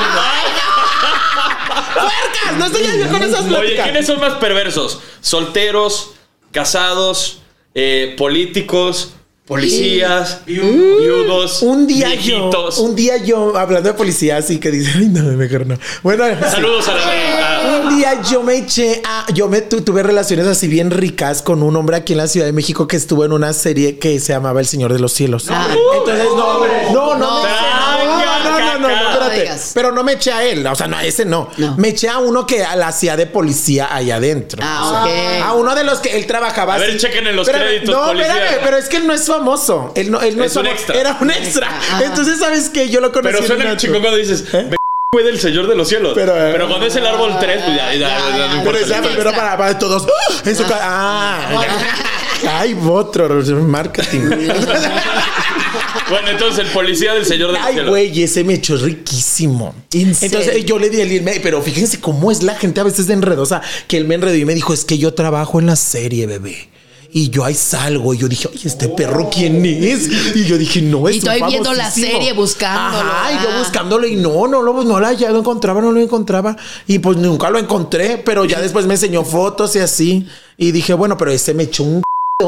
Speaker 4: ¡Puercas! No estoy yo con esas
Speaker 2: Oye,
Speaker 4: pláticas.
Speaker 2: ¿quiénes son más perversos? Solteros, casados, eh, políticos, policías, Mm. viudos,
Speaker 4: Un día
Speaker 2: viejitos.
Speaker 4: yo, un día yo, hablando de policía, así que dice, ay, no, mejor no. Bueno, sí.
Speaker 2: Saludos a la vieja.
Speaker 4: Un día yo me eché a. Yo me tu- tuve relaciones así bien ricas con un hombre aquí en la Ciudad de México que estuvo en una serie que se llamaba El Señor de los Cielos.
Speaker 3: Ah.
Speaker 4: Entonces, no, no, no, no, me eché- no, no, no, no, no, espérate.
Speaker 3: No digas.
Speaker 4: Pero no me eché a él, o sea, no, a ese no.
Speaker 3: No.
Speaker 4: Me eché a uno que la hacía de policía allá adentro.
Speaker 3: Ah,
Speaker 4: O sea,
Speaker 3: ok.
Speaker 4: A uno de los que él trabajaba.
Speaker 2: A ver,
Speaker 4: así.
Speaker 2: chequen en los
Speaker 4: Espérame,
Speaker 2: créditos,
Speaker 4: No,
Speaker 2: policía.
Speaker 4: espérame, pero es que él no es famoso. Él no, él no
Speaker 2: Es
Speaker 4: es,
Speaker 2: un
Speaker 4: famoso.
Speaker 2: extra.
Speaker 4: Era un extra.
Speaker 3: ajá.
Speaker 4: Entonces, ¿sabes qué? Yo lo conocí.
Speaker 2: Pero
Speaker 4: en
Speaker 2: suena
Speaker 4: una-
Speaker 2: el chingón cuando dices,
Speaker 4: ¿Eh?
Speaker 2: "Ve, güey del señor de los cielos. Pero,
Speaker 4: Pero, eh,
Speaker 2: cuando es el árbol 3, pues ya, ya,
Speaker 3: ya,
Speaker 2: ya,
Speaker 3: ya,
Speaker 2: no
Speaker 3: ya.
Speaker 4: Pero
Speaker 2: importa.
Speaker 4: es la primera para, para todos. ¡Ah! En su ca- Ah, ya. Ay, botro, marketing.
Speaker 2: Bueno, entonces el policía del señor de los
Speaker 4: Ay,
Speaker 2: cielos.
Speaker 4: güey, ese me echó riquísimo.
Speaker 3: serio?
Speaker 4: Entonces yo le di el irme, pero fíjense cómo es la gente a veces de enredosa, que él me enredó y me dijo, es que yo trabajo en la serie, bebé. Y yo ahí salgo y yo dije, oye, este perro, ¿quién es? Y yo dije, no, es
Speaker 3: Y
Speaker 4: un
Speaker 3: estoy viendo la
Speaker 4: famosísimo".
Speaker 3: serie, buscándolo.
Speaker 4: Ajá, y yo
Speaker 3: Ah.
Speaker 4: buscándolo y no, no lo, no la ya lo encontraba, no lo encontraba. Y pues nunca lo encontré, pero ya después me enseñó fotos y así. Y dije, bueno, pero ese me echó un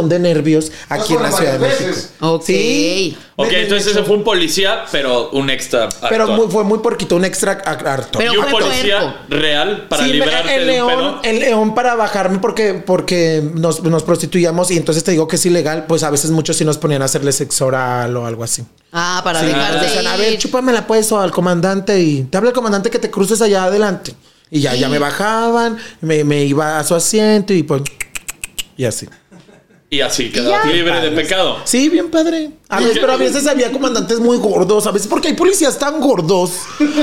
Speaker 4: de nervios aquí en la Ciudad de México.
Speaker 3: Ok.
Speaker 4: Sí.
Speaker 2: Ok,
Speaker 4: Me- me-
Speaker 2: entonces
Speaker 4: me
Speaker 2: ese
Speaker 4: echó-
Speaker 2: fue un policía, pero un extra. actor.
Speaker 4: pero muy- fue muy porquito, un extra ac- harto.
Speaker 3: Pero
Speaker 2: y un
Speaker 3: fue
Speaker 2: policía
Speaker 3: puerco.
Speaker 2: real para
Speaker 4: Sí, me-
Speaker 2: liberarte de
Speaker 4: el
Speaker 2: un
Speaker 4: león,
Speaker 2: pedo.
Speaker 4: el león para bajarme porque, porque nos, nos prostituíamos y entonces te digo que es ilegal, pues a veces muchos sí nos ponían a hacerle sexo oral o algo así.
Speaker 3: Ah, para
Speaker 2: Sí,
Speaker 4: Te
Speaker 3: dejarte
Speaker 4: decían, a ver,
Speaker 3: ir.
Speaker 4: chúpamela pues o al comandante y te habla el comandante que te cruces allá adelante. Y ya, ya me bajaban, me, me iba a su asiento y pues... Y así.
Speaker 2: Y así quedó libre de pecado.
Speaker 4: Sí, bien padre. A veces, pero a veces había comandantes muy gordos, a veces porque hay policías tan gordos.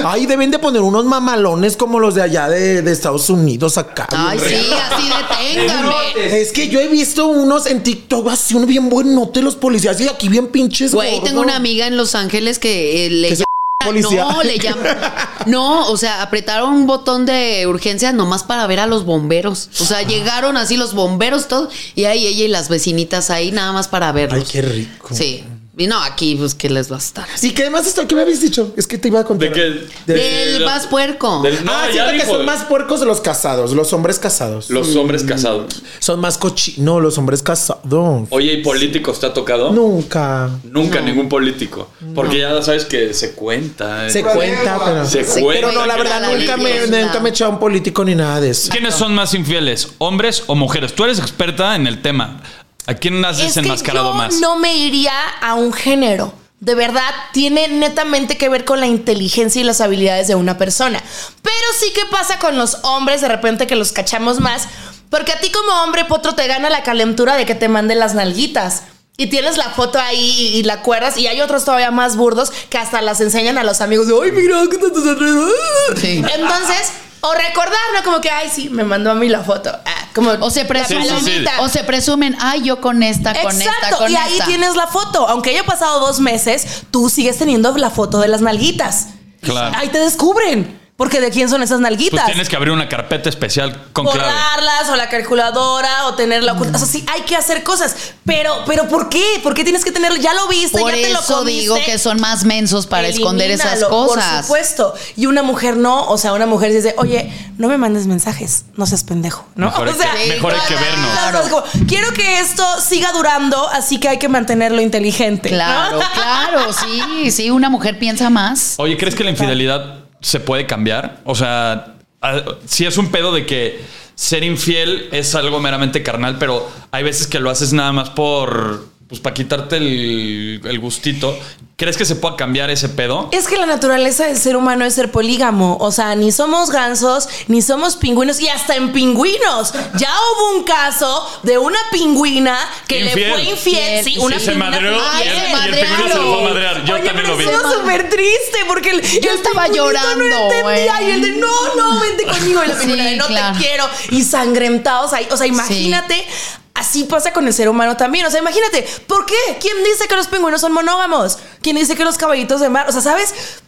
Speaker 4: Ahí deben de poner unos mamalones como los de allá de, de Estados Unidos acá.
Speaker 3: Ay, sí, así deténgame.
Speaker 4: Es que yo he visto unos en TikTok así, uno bien buenote los policías y aquí bien pinches.
Speaker 3: Güey,
Speaker 4: gordos.
Speaker 3: tengo una amiga en Los Ángeles que eh, le
Speaker 4: Que se
Speaker 3: llama-
Speaker 4: policía.
Speaker 3: No, le llaman. No, o sea, apretaron un botón de urgencias nomás para ver a los bomberos. O sea, llegaron así los bomberos todos y ahí ella y las vecinitas ahí nada más para verlos.
Speaker 4: Ay, qué rico.
Speaker 3: Sí. Y no, aquí pues que les va a estar.
Speaker 4: Sí, que además esto que me habías dicho. Es que te iba a
Speaker 2: ¿De
Speaker 4: contar.
Speaker 2: qué?
Speaker 4: De-
Speaker 3: Del más puerco.
Speaker 2: Del- no,
Speaker 4: ah,
Speaker 2: ya
Speaker 4: siento que
Speaker 2: dijo.
Speaker 4: son más puercos los casados, los hombres casados.
Speaker 2: Los hombres casados.
Speaker 4: Son más cochinos los hombres casados.
Speaker 2: Oye, ¿y políticos te ha tocado?
Speaker 4: Nunca.
Speaker 2: Nunca ningún político. Porque ya sabes que se cuenta. ¿eh?
Speaker 4: Se cuenta, pero.
Speaker 2: Se
Speaker 3: Se
Speaker 2: cuenta.
Speaker 4: Pero no, la
Speaker 3: Bueno,
Speaker 4: verdad,
Speaker 3: la
Speaker 4: nunca me,
Speaker 3: política.
Speaker 4: nunca me he echado a un político ni nada de eso.
Speaker 7: ¿Quiénes son más infieles, hombres o mujeres? Tú eres experta en el tema. ¿A quién has
Speaker 6: Es que
Speaker 7: desenmascarado
Speaker 6: yo
Speaker 7: más?
Speaker 6: no me iría a un género. De verdad, tiene netamente que ver con la inteligencia y las habilidades de una persona. Pero sí que pasa con los hombres de repente que los cachamos más. Porque a ti como hombre, Potro, te gana la calentura de que te manden las nalguitas. Y tienes la foto ahí y, y la cuerdas. Y hay otros todavía más burdos que hasta las enseñan a los amigos. ¡Ay, mira! ¿qué tanto se ríe? Ah".
Speaker 3: Sí.
Speaker 6: Entonces, o recordarlo como que, ¡ay, sí! Me mandó a mí la foto. Ah, como
Speaker 3: O se
Speaker 6: la
Speaker 3: presumen,
Speaker 7: sí, sí.
Speaker 6: palomita.
Speaker 3: o se presumen, ay, yo con esta, con esta, con
Speaker 6: y
Speaker 3: esta.
Speaker 6: ahí tienes la foto. Aunque haya pasado dos meses, tú sigues teniendo la foto de las nalguitas.
Speaker 7: Claro.
Speaker 6: Ahí te descubren. Porque de quién son esas nalguitas.
Speaker 7: Pues tienes que abrir una carpeta especial con clave.
Speaker 6: Borrarlas o la calculadora o tenerla oculta. O sea, sí, hay que hacer cosas. Pero, pero ¿por qué? ¿Por qué tienes que tenerlo? Ya lo viste,
Speaker 3: Por
Speaker 6: ya te lo
Speaker 3: eso
Speaker 6: comiste.
Speaker 3: digo que son más mensos para esconder esas
Speaker 6: Elimínalo, Por
Speaker 3: cosas.
Speaker 6: supuesto. Y una mujer no. O sea, una mujer dice, oye, no me mandes mensajes. No seas pendejo. ¿no?
Speaker 7: Mejor
Speaker 6: o
Speaker 7: hay que-
Speaker 6: sea,
Speaker 7: mejor hay que vernos.
Speaker 6: Claro. Es como, Quiero que esto siga durando, así que hay que mantenerlo inteligente. ¿no?
Speaker 3: Claro, claro, sí, sí, una mujer piensa más.
Speaker 7: Oye, ¿crees que la infidelidad se puede cambiar? O sea, a- si es un pedo de que ser infiel es algo meramente carnal, pero hay veces que lo haces nada más por. Pues para quitarte el, el gustito. ¿Crees que se pueda cambiar ese pedo?
Speaker 6: Es que la naturaleza del ser humano es ser polígamo. O sea, ni somos gansos, ni somos pingüinos, y hasta en pingüinos. Ya hubo un caso de una pingüina que
Speaker 7: Infiel.
Speaker 6: le fue infiel. Sí,
Speaker 7: Y
Speaker 6: una
Speaker 7: se
Speaker 6: pingüina.
Speaker 7: madreó
Speaker 6: Ay,
Speaker 7: y el-
Speaker 6: se
Speaker 7: y el pingüino Este se lo fue a madrear. Yo
Speaker 6: Oye,
Speaker 7: también
Speaker 6: pero
Speaker 7: lo vi.
Speaker 6: estuvo súper triste porque el,
Speaker 3: Yo
Speaker 6: el
Speaker 3: estaba
Speaker 6: pingüinito
Speaker 3: llorando,
Speaker 6: No entendía.
Speaker 3: güey.
Speaker 6: Y el de no, no, vente conmigo. Y la pingüina
Speaker 3: Sí,
Speaker 6: de no
Speaker 3: claro.
Speaker 6: te quiero. Y sangrentados ahí. O sea, imagínate. Así pasa con el ser humano también. O sea, imagínate, ¿por qué? ¿Quién dice que los pingüinos son monógamos? ¿Quién dice que los caballitos de mar? O sea, ¿sabes?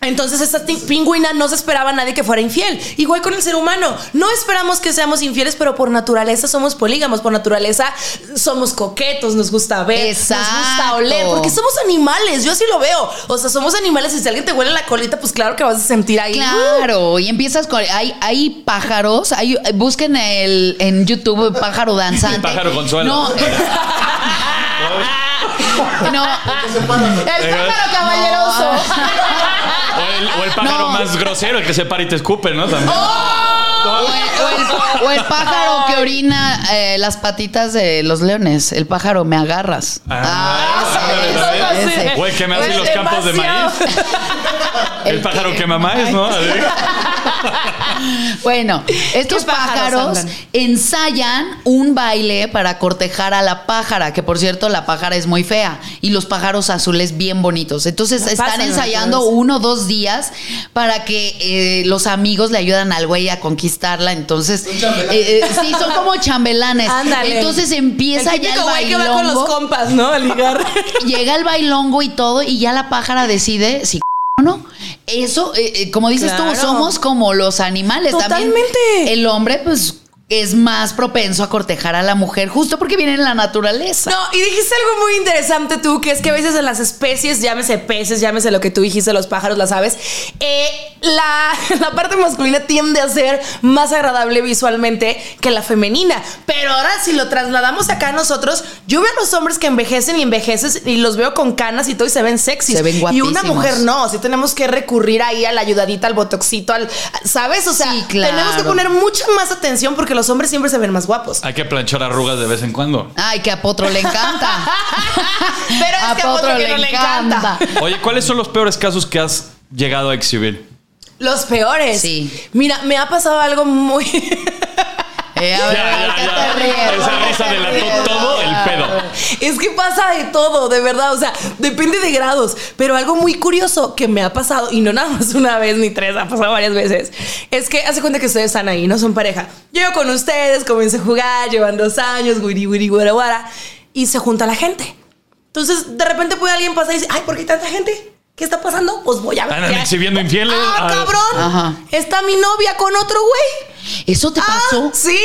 Speaker 6: Entonces esta ti- pingüina no se esperaba a nadie que fuera infiel. Igual con el ser humano. No esperamos que seamos infieles, pero por naturaleza somos polígamos. Por naturaleza somos coquetos, nos gusta ver, nos gusta
Speaker 3: Exacto.
Speaker 6: oler. Porque somos animales, yo así lo veo. O sea, somos animales y si alguien te huele la colita, pues claro que vas a sentir ahí.
Speaker 3: Claro, y empiezas con. Hay, hay pájaros. Hay, busquen el, en YouTube pájaro danzante.
Speaker 7: El pájaro Consuelo.
Speaker 3: No. No,
Speaker 6: El pájaro caballeroso.
Speaker 7: O el, o el pájaro
Speaker 3: No.
Speaker 7: más grosero, el que se para y te escupe, ¿no? También.
Speaker 6: Oh.
Speaker 3: o el, o el pájaro que orina eh, las patitas de los leones. El pájaro me agarras.
Speaker 7: Ah, ándale,
Speaker 3: ese,
Speaker 7: también.
Speaker 3: ese.
Speaker 7: O el que me hace
Speaker 6: Es
Speaker 7: los campos de
Speaker 6: demasiado.
Speaker 7: maíz. El,
Speaker 3: El
Speaker 7: pájaro
Speaker 3: que-
Speaker 7: que mamá es, ¿no? Así.
Speaker 3: Bueno, estos
Speaker 6: ¿Qué pájaros
Speaker 3: pájaros
Speaker 6: andan?
Speaker 3: ensayan un baile para cortejar a la pájara, que por cierto la pájara es muy fea y los pájaros azules bien bonitos. Entonces
Speaker 6: No
Speaker 3: están
Speaker 6: pasan,
Speaker 3: ensayando
Speaker 6: ¿verdad?
Speaker 3: uno o dos días para que eh, los amigos le ayudan al güey a conquistarla. Entonces, eh, eh, sí, son como chambelanes.
Speaker 6: Ándale.
Speaker 3: Entonces empieza
Speaker 6: Uh, el
Speaker 3: ya el
Speaker 6: típico güey que va con los
Speaker 3: bailongo,
Speaker 6: compas, ¿no? A ligar.
Speaker 3: llega el bailongo y todo y ya la pájara decide si c- o no. Eso, eh, eh, como dices
Speaker 6: Claro.
Speaker 3: tú, somos como los animales. También
Speaker 6: Totalmente.
Speaker 3: el hombre, pues, es más propenso a cortejar a la mujer justo porque viene en la naturaleza.
Speaker 6: No, y dijiste algo muy interesante tú, que es que a veces en las especies, llámese peces, llámese lo que tú dijiste, los pájaros, las aves, eh, la, la parte masculina tiende a ser más agradable visualmente que la femenina. Pero ahora si lo trasladamos acá a nosotros, yo veo a los hombres que envejecen y envejecen y los veo con canas y todo y se ven sexys.
Speaker 3: Se ven
Speaker 6: Y una
Speaker 3: guapísimos.
Speaker 6: mujer no, si tenemos que recurrir ahí a la ayudadita, al botoxito, al, ¿sabes? O sea,
Speaker 3: Sí, claro.
Speaker 6: tenemos que poner mucha más atención porque los hombres siempre se ven más guapos.
Speaker 7: Hay que planchar arrugas de vez en cuando.
Speaker 3: Ay, que a Potro le encanta.
Speaker 6: Pero es que a Potro que no le encanta.
Speaker 7: Oye, ¿cuáles son los peores casos que has llegado a exhibir?
Speaker 6: Los peores.
Speaker 3: Sí.
Speaker 6: Mira, me ha pasado algo muy.
Speaker 3: Eh, a
Speaker 7: Ya,
Speaker 3: ver,
Speaker 7: ya,
Speaker 3: ¿qué
Speaker 7: ya.
Speaker 3: te ríes?
Speaker 7: Esa
Speaker 3: ¿Qué
Speaker 7: risa
Speaker 3: te
Speaker 7: delató
Speaker 3: ríes?
Speaker 7: todo el pedo.
Speaker 6: es que pasa de todo, de verdad. O sea, depende de grados. Pero algo muy curioso que me ha pasado, y no nada más una vez ni tres, ha pasado varias veces, es que hace cuenta que ustedes están ahí, no son pareja. Llego con ustedes, comencé a jugar, llevan dos años, guiri, guiri, guara, guara, y se junta la gente. Entonces, de repente puede alguien pasar y dice, ay, ¿por qué hay tanta gente? ¿Qué está pasando? Pues voy a ver.
Speaker 7: Andan exhibiendo infieles.
Speaker 6: ¡Ah,
Speaker 7: Ah,
Speaker 6: cabrón!
Speaker 3: Ajá.
Speaker 6: Está mi novia con otro güey.
Speaker 3: ¿Eso te
Speaker 6: Ah,
Speaker 3: pasó?
Speaker 6: Sí,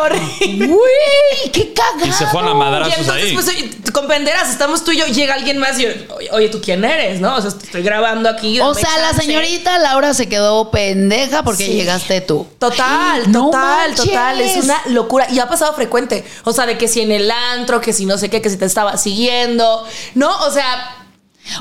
Speaker 6: horrible.
Speaker 3: Güey, qué cagado.
Speaker 7: Y se fueron a
Speaker 6: Y
Speaker 7: madrazos
Speaker 6: entonces,
Speaker 7: ahí.
Speaker 6: pues, oye, comprenderás, estamos tú y yo, llega alguien más y yo, oye, oye, ¿tú quién eres? ¿No? O sea, estoy grabando aquí.
Speaker 3: O
Speaker 6: dame
Speaker 3: sea, la
Speaker 6: chance.
Speaker 3: señorita Laura se quedó pendeja porque
Speaker 6: Sí.
Speaker 3: llegaste tú.
Speaker 6: Total,
Speaker 3: No
Speaker 6: total, total. Es
Speaker 3: manches.
Speaker 6: una locura. Y ha pasado frecuente. O sea, de que si en el antro, que si no sé qué, que si te estaba siguiendo. ¿No? O sea,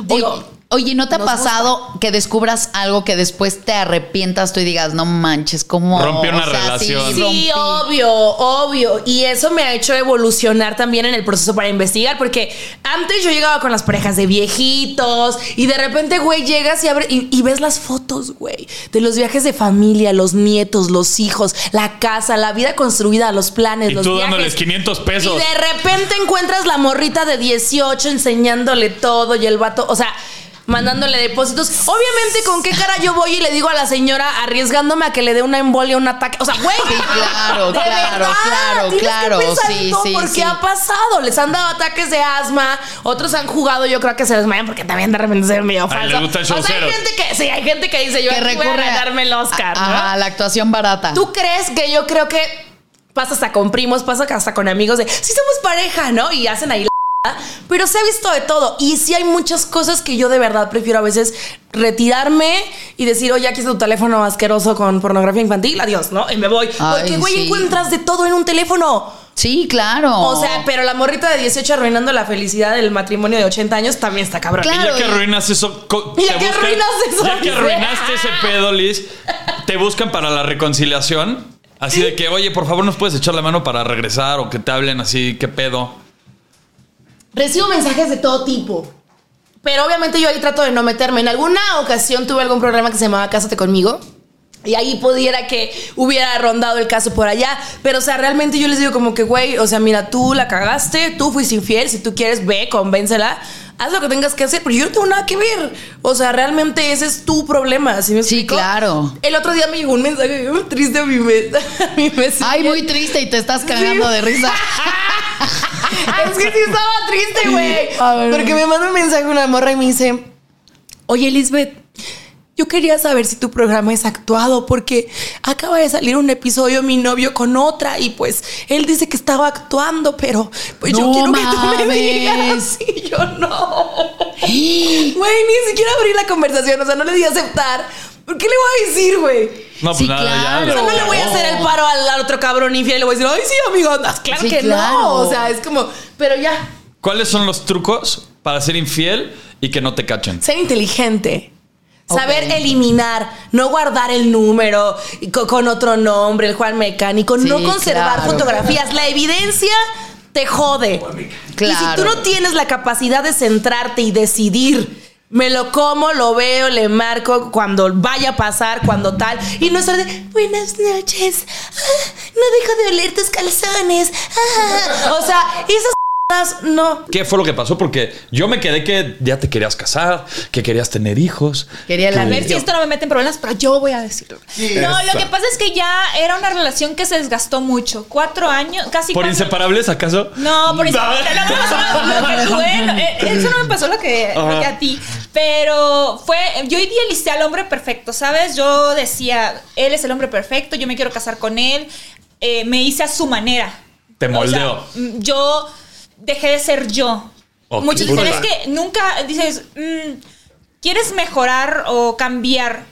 Speaker 6: digo,
Speaker 3: Oye, oye, ¿no te ha
Speaker 6: nos
Speaker 3: pasado que descubras algo que después te arrepientas tú y digas, no manches, cómo...
Speaker 7: Rompí una
Speaker 3: O sea,
Speaker 7: relación.
Speaker 3: Sí,
Speaker 6: Sí,
Speaker 3: rompí.
Speaker 6: obvio, obvio. Y eso me ha hecho evolucionar también en el proceso para investigar, porque antes yo llegaba con las parejas de viejitos y de repente, güey, llegas y, abre, y, y ves las fotos, güey, de los viajes de familia, los nietos, los hijos, la casa, la vida construida, los planes,
Speaker 7: Y
Speaker 6: los
Speaker 7: tú
Speaker 6: viajes.
Speaker 7: dándoles 500 pesos.
Speaker 6: Y de repente encuentras la morrita de 18 enseñándole todo y el vato, o sea, mandándole depósitos. Obviamente, ¿con qué cara yo voy y le digo a la señora arriesgándome a que le dé una embolia, un ataque? O sea, güey.
Speaker 3: Sí, claro,
Speaker 6: de
Speaker 3: claro,
Speaker 6: verdad,
Speaker 3: claro,
Speaker 6: tienes que
Speaker 3: claro.
Speaker 6: pensar en
Speaker 3: Sí,
Speaker 6: todo
Speaker 3: sí,
Speaker 6: porque
Speaker 3: sí.
Speaker 6: ha pasado. Les han dado ataques de asma, otros han jugado, yo creo que se desmayan porque también de repente se ven medio falso.
Speaker 7: les gusta el
Speaker 6: o sea, hay
Speaker 7: showcero.
Speaker 6: gente que, sí, hay gente que dice, yo
Speaker 3: que
Speaker 6: aquí voy
Speaker 3: recurre
Speaker 6: a ganarme el Oscar, ¿no?
Speaker 3: Ajá, la actuación barata.
Speaker 6: ¿Tú crees que yo creo que pasa hasta con primos, pasa hasta con amigos de si somos pareja, ¿no? Y hacen ahí la pero se ha visto de todo y sí hay muchas cosas que yo de verdad prefiero a veces retirarme y decir, oye, aquí está tu teléfono asqueroso con pornografía infantil, adiós, ¿no? Y me voy.
Speaker 3: Ay,
Speaker 6: Porque, güey,
Speaker 3: sí.
Speaker 6: encuentras de todo en un teléfono.
Speaker 3: Sí, claro.
Speaker 6: O sea, pero la morrita de 18 arruinando la felicidad del matrimonio de 80 años también está cabrón.
Speaker 3: Claro,
Speaker 7: y ya que
Speaker 3: y-
Speaker 7: arruinas eso. co-
Speaker 6: Ya
Speaker 7: te
Speaker 6: que arruinas eso,
Speaker 7: Ya que
Speaker 6: dice.
Speaker 7: arruinaste ese pedo, Liz. Te buscan para la reconciliación. Así de que, oye, por favor, ¿nos puedes echar la mano para regresar o que te hablen así? ¿Qué pedo?
Speaker 6: Recibo mensajes de todo tipo. Pero obviamente yo ahí trato de no meterme. En alguna ocasión tuve algún programa que se llamaba Cásate conmigo. Y ahí pudiera que hubiera rondado el caso por allá. Pero, o sea, realmente yo les digo como que, güey, o sea, mira, tú la cagaste, tú fuiste infiel, si tú quieres, ve, convéncela, haz lo que tengas que hacer, pero yo no tengo nada que ver. O sea, realmente ese es tu problema, ¿sí me
Speaker 3: Sí,
Speaker 6: explico?
Speaker 3: claro.
Speaker 6: El otro día me llegó un mensaje bien triste a mi mesa. A mi mesa.
Speaker 3: Ay, muy triste y te estás cagando de risa.
Speaker 6: Es que sí estaba triste, güey.
Speaker 3: A ver.
Speaker 6: Porque me manda un mensaje una morra y me dice, oye, Lisbeth, yo quería saber si tu programa es actuado porque acaba de salir un episodio mi novio con otra y pues él dice que estaba actuando, pero pues yo
Speaker 3: No
Speaker 6: quiero que tú me digas.
Speaker 3: mames.
Speaker 6: Y yo no. Güey, ni siquiera abrí la conversación, o sea, no le di a aceptar. ¿Por qué le voy a decir, güey?
Speaker 7: No, pues
Speaker 3: Sí,
Speaker 7: nada,
Speaker 3: claro.
Speaker 7: ya.
Speaker 6: O sea, no le voy a hacer el paro al, al otro cabrón infiel. Le voy a decir, ay, sí, amigo, no, claro
Speaker 3: Sí,
Speaker 6: que no.
Speaker 3: claro.
Speaker 6: O sea, es como, pero ya,
Speaker 7: ¿Cuáles son los trucos para ser infiel y que no te cachen?
Speaker 6: ser inteligente. Saber eliminar, no guardar el número y co- con otro nombre, el Juan Mecánico,
Speaker 3: Sí,
Speaker 6: no conservar
Speaker 3: claro.
Speaker 6: fotografías. La evidencia te jode. Y si tú
Speaker 3: Claro.
Speaker 6: no tienes la capacidad de centrarte y decidir, me lo como, lo veo, le marco cuando vaya a pasar, cuando tal, y no estar de buenas noches, ah, no dejo de oler tus calzones. ah". O sea, esas no.
Speaker 7: ¿Qué fue lo que pasó? Porque yo me quedé que ya te querías casar, que querías tener hijos.
Speaker 3: Quería la
Speaker 7: que-
Speaker 3: A
Speaker 8: A ver si esto no me mete en problemas, pero yo voy a decirlo. no, lo que pasa es que ya era una relación que se desgastó mucho. Cuatro años, casi
Speaker 7: ¿Por
Speaker 8: cuatro-
Speaker 7: inseparables acaso?
Speaker 8: No, por inseparables. No, no, no, no, lo que tuve, no, eh, eso no me pasó lo que, lo que a ti. Pero fue. Yo idealicé al hombre perfecto, ¿sabes? Yo decía, él es el hombre perfecto, yo me quiero casar con él. eh, me hice a su manera.
Speaker 7: Te
Speaker 8: O
Speaker 7: moldeo.
Speaker 8: sea, mm, yo dejé de ser yo.
Speaker 7: Ok.
Speaker 8: Muchos dicen, es que nunca dices, mm, ¿quieres mejorar o cambiar?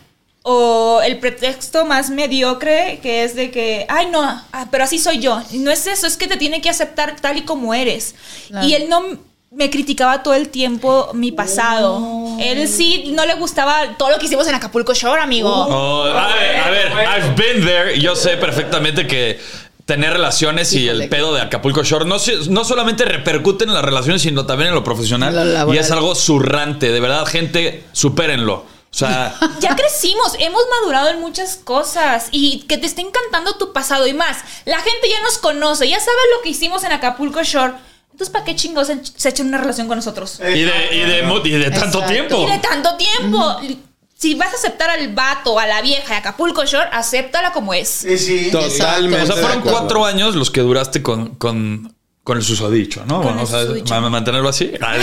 Speaker 8: O el pretexto más mediocre que es de que, ay no, ah, pero así soy yo. Y No es eso, es que te tiene que aceptar tal y como eres.
Speaker 3: Claro.
Speaker 8: Y él no m- me criticaba todo el tiempo mi pasado. Él sí no le gustaba todo lo que hicimos en Acapulco Shore, amigo.
Speaker 7: Oh, a ver, a ver, I've been there. Yo sé perfectamente que tener relaciones y
Speaker 3: Híjole.
Speaker 7: el pedo de Acapulco Shore no, se- no solamente repercute en las relaciones, sino también en lo profesional.
Speaker 3: En lo laboral.
Speaker 7: y es algo zurrante. De verdad, gente, supérenlo. O sea,
Speaker 8: Ya crecimos, hemos madurado en muchas cosas y que te esté encantando tu pasado y más. La gente ya nos conoce, ya sabe lo que hicimos en Acapulco Shore. Entonces, ¿para qué chingados se- se echan una relación con nosotros?
Speaker 7: y de, y de mu- y de tanto
Speaker 3: Exacto.
Speaker 7: tiempo.
Speaker 8: Y de tanto tiempo. Si vas a aceptar al vato, a la vieja de Acapulco Shore, acéptala como es.
Speaker 9: Sí, sí.
Speaker 5: Totalmente.
Speaker 7: O sea,
Speaker 5: de
Speaker 7: fueron
Speaker 5: acuerdo.
Speaker 7: cuatro años los que duraste con, con, con el susodicho, ¿no? Bueno, o sea, para mantenerlo así, para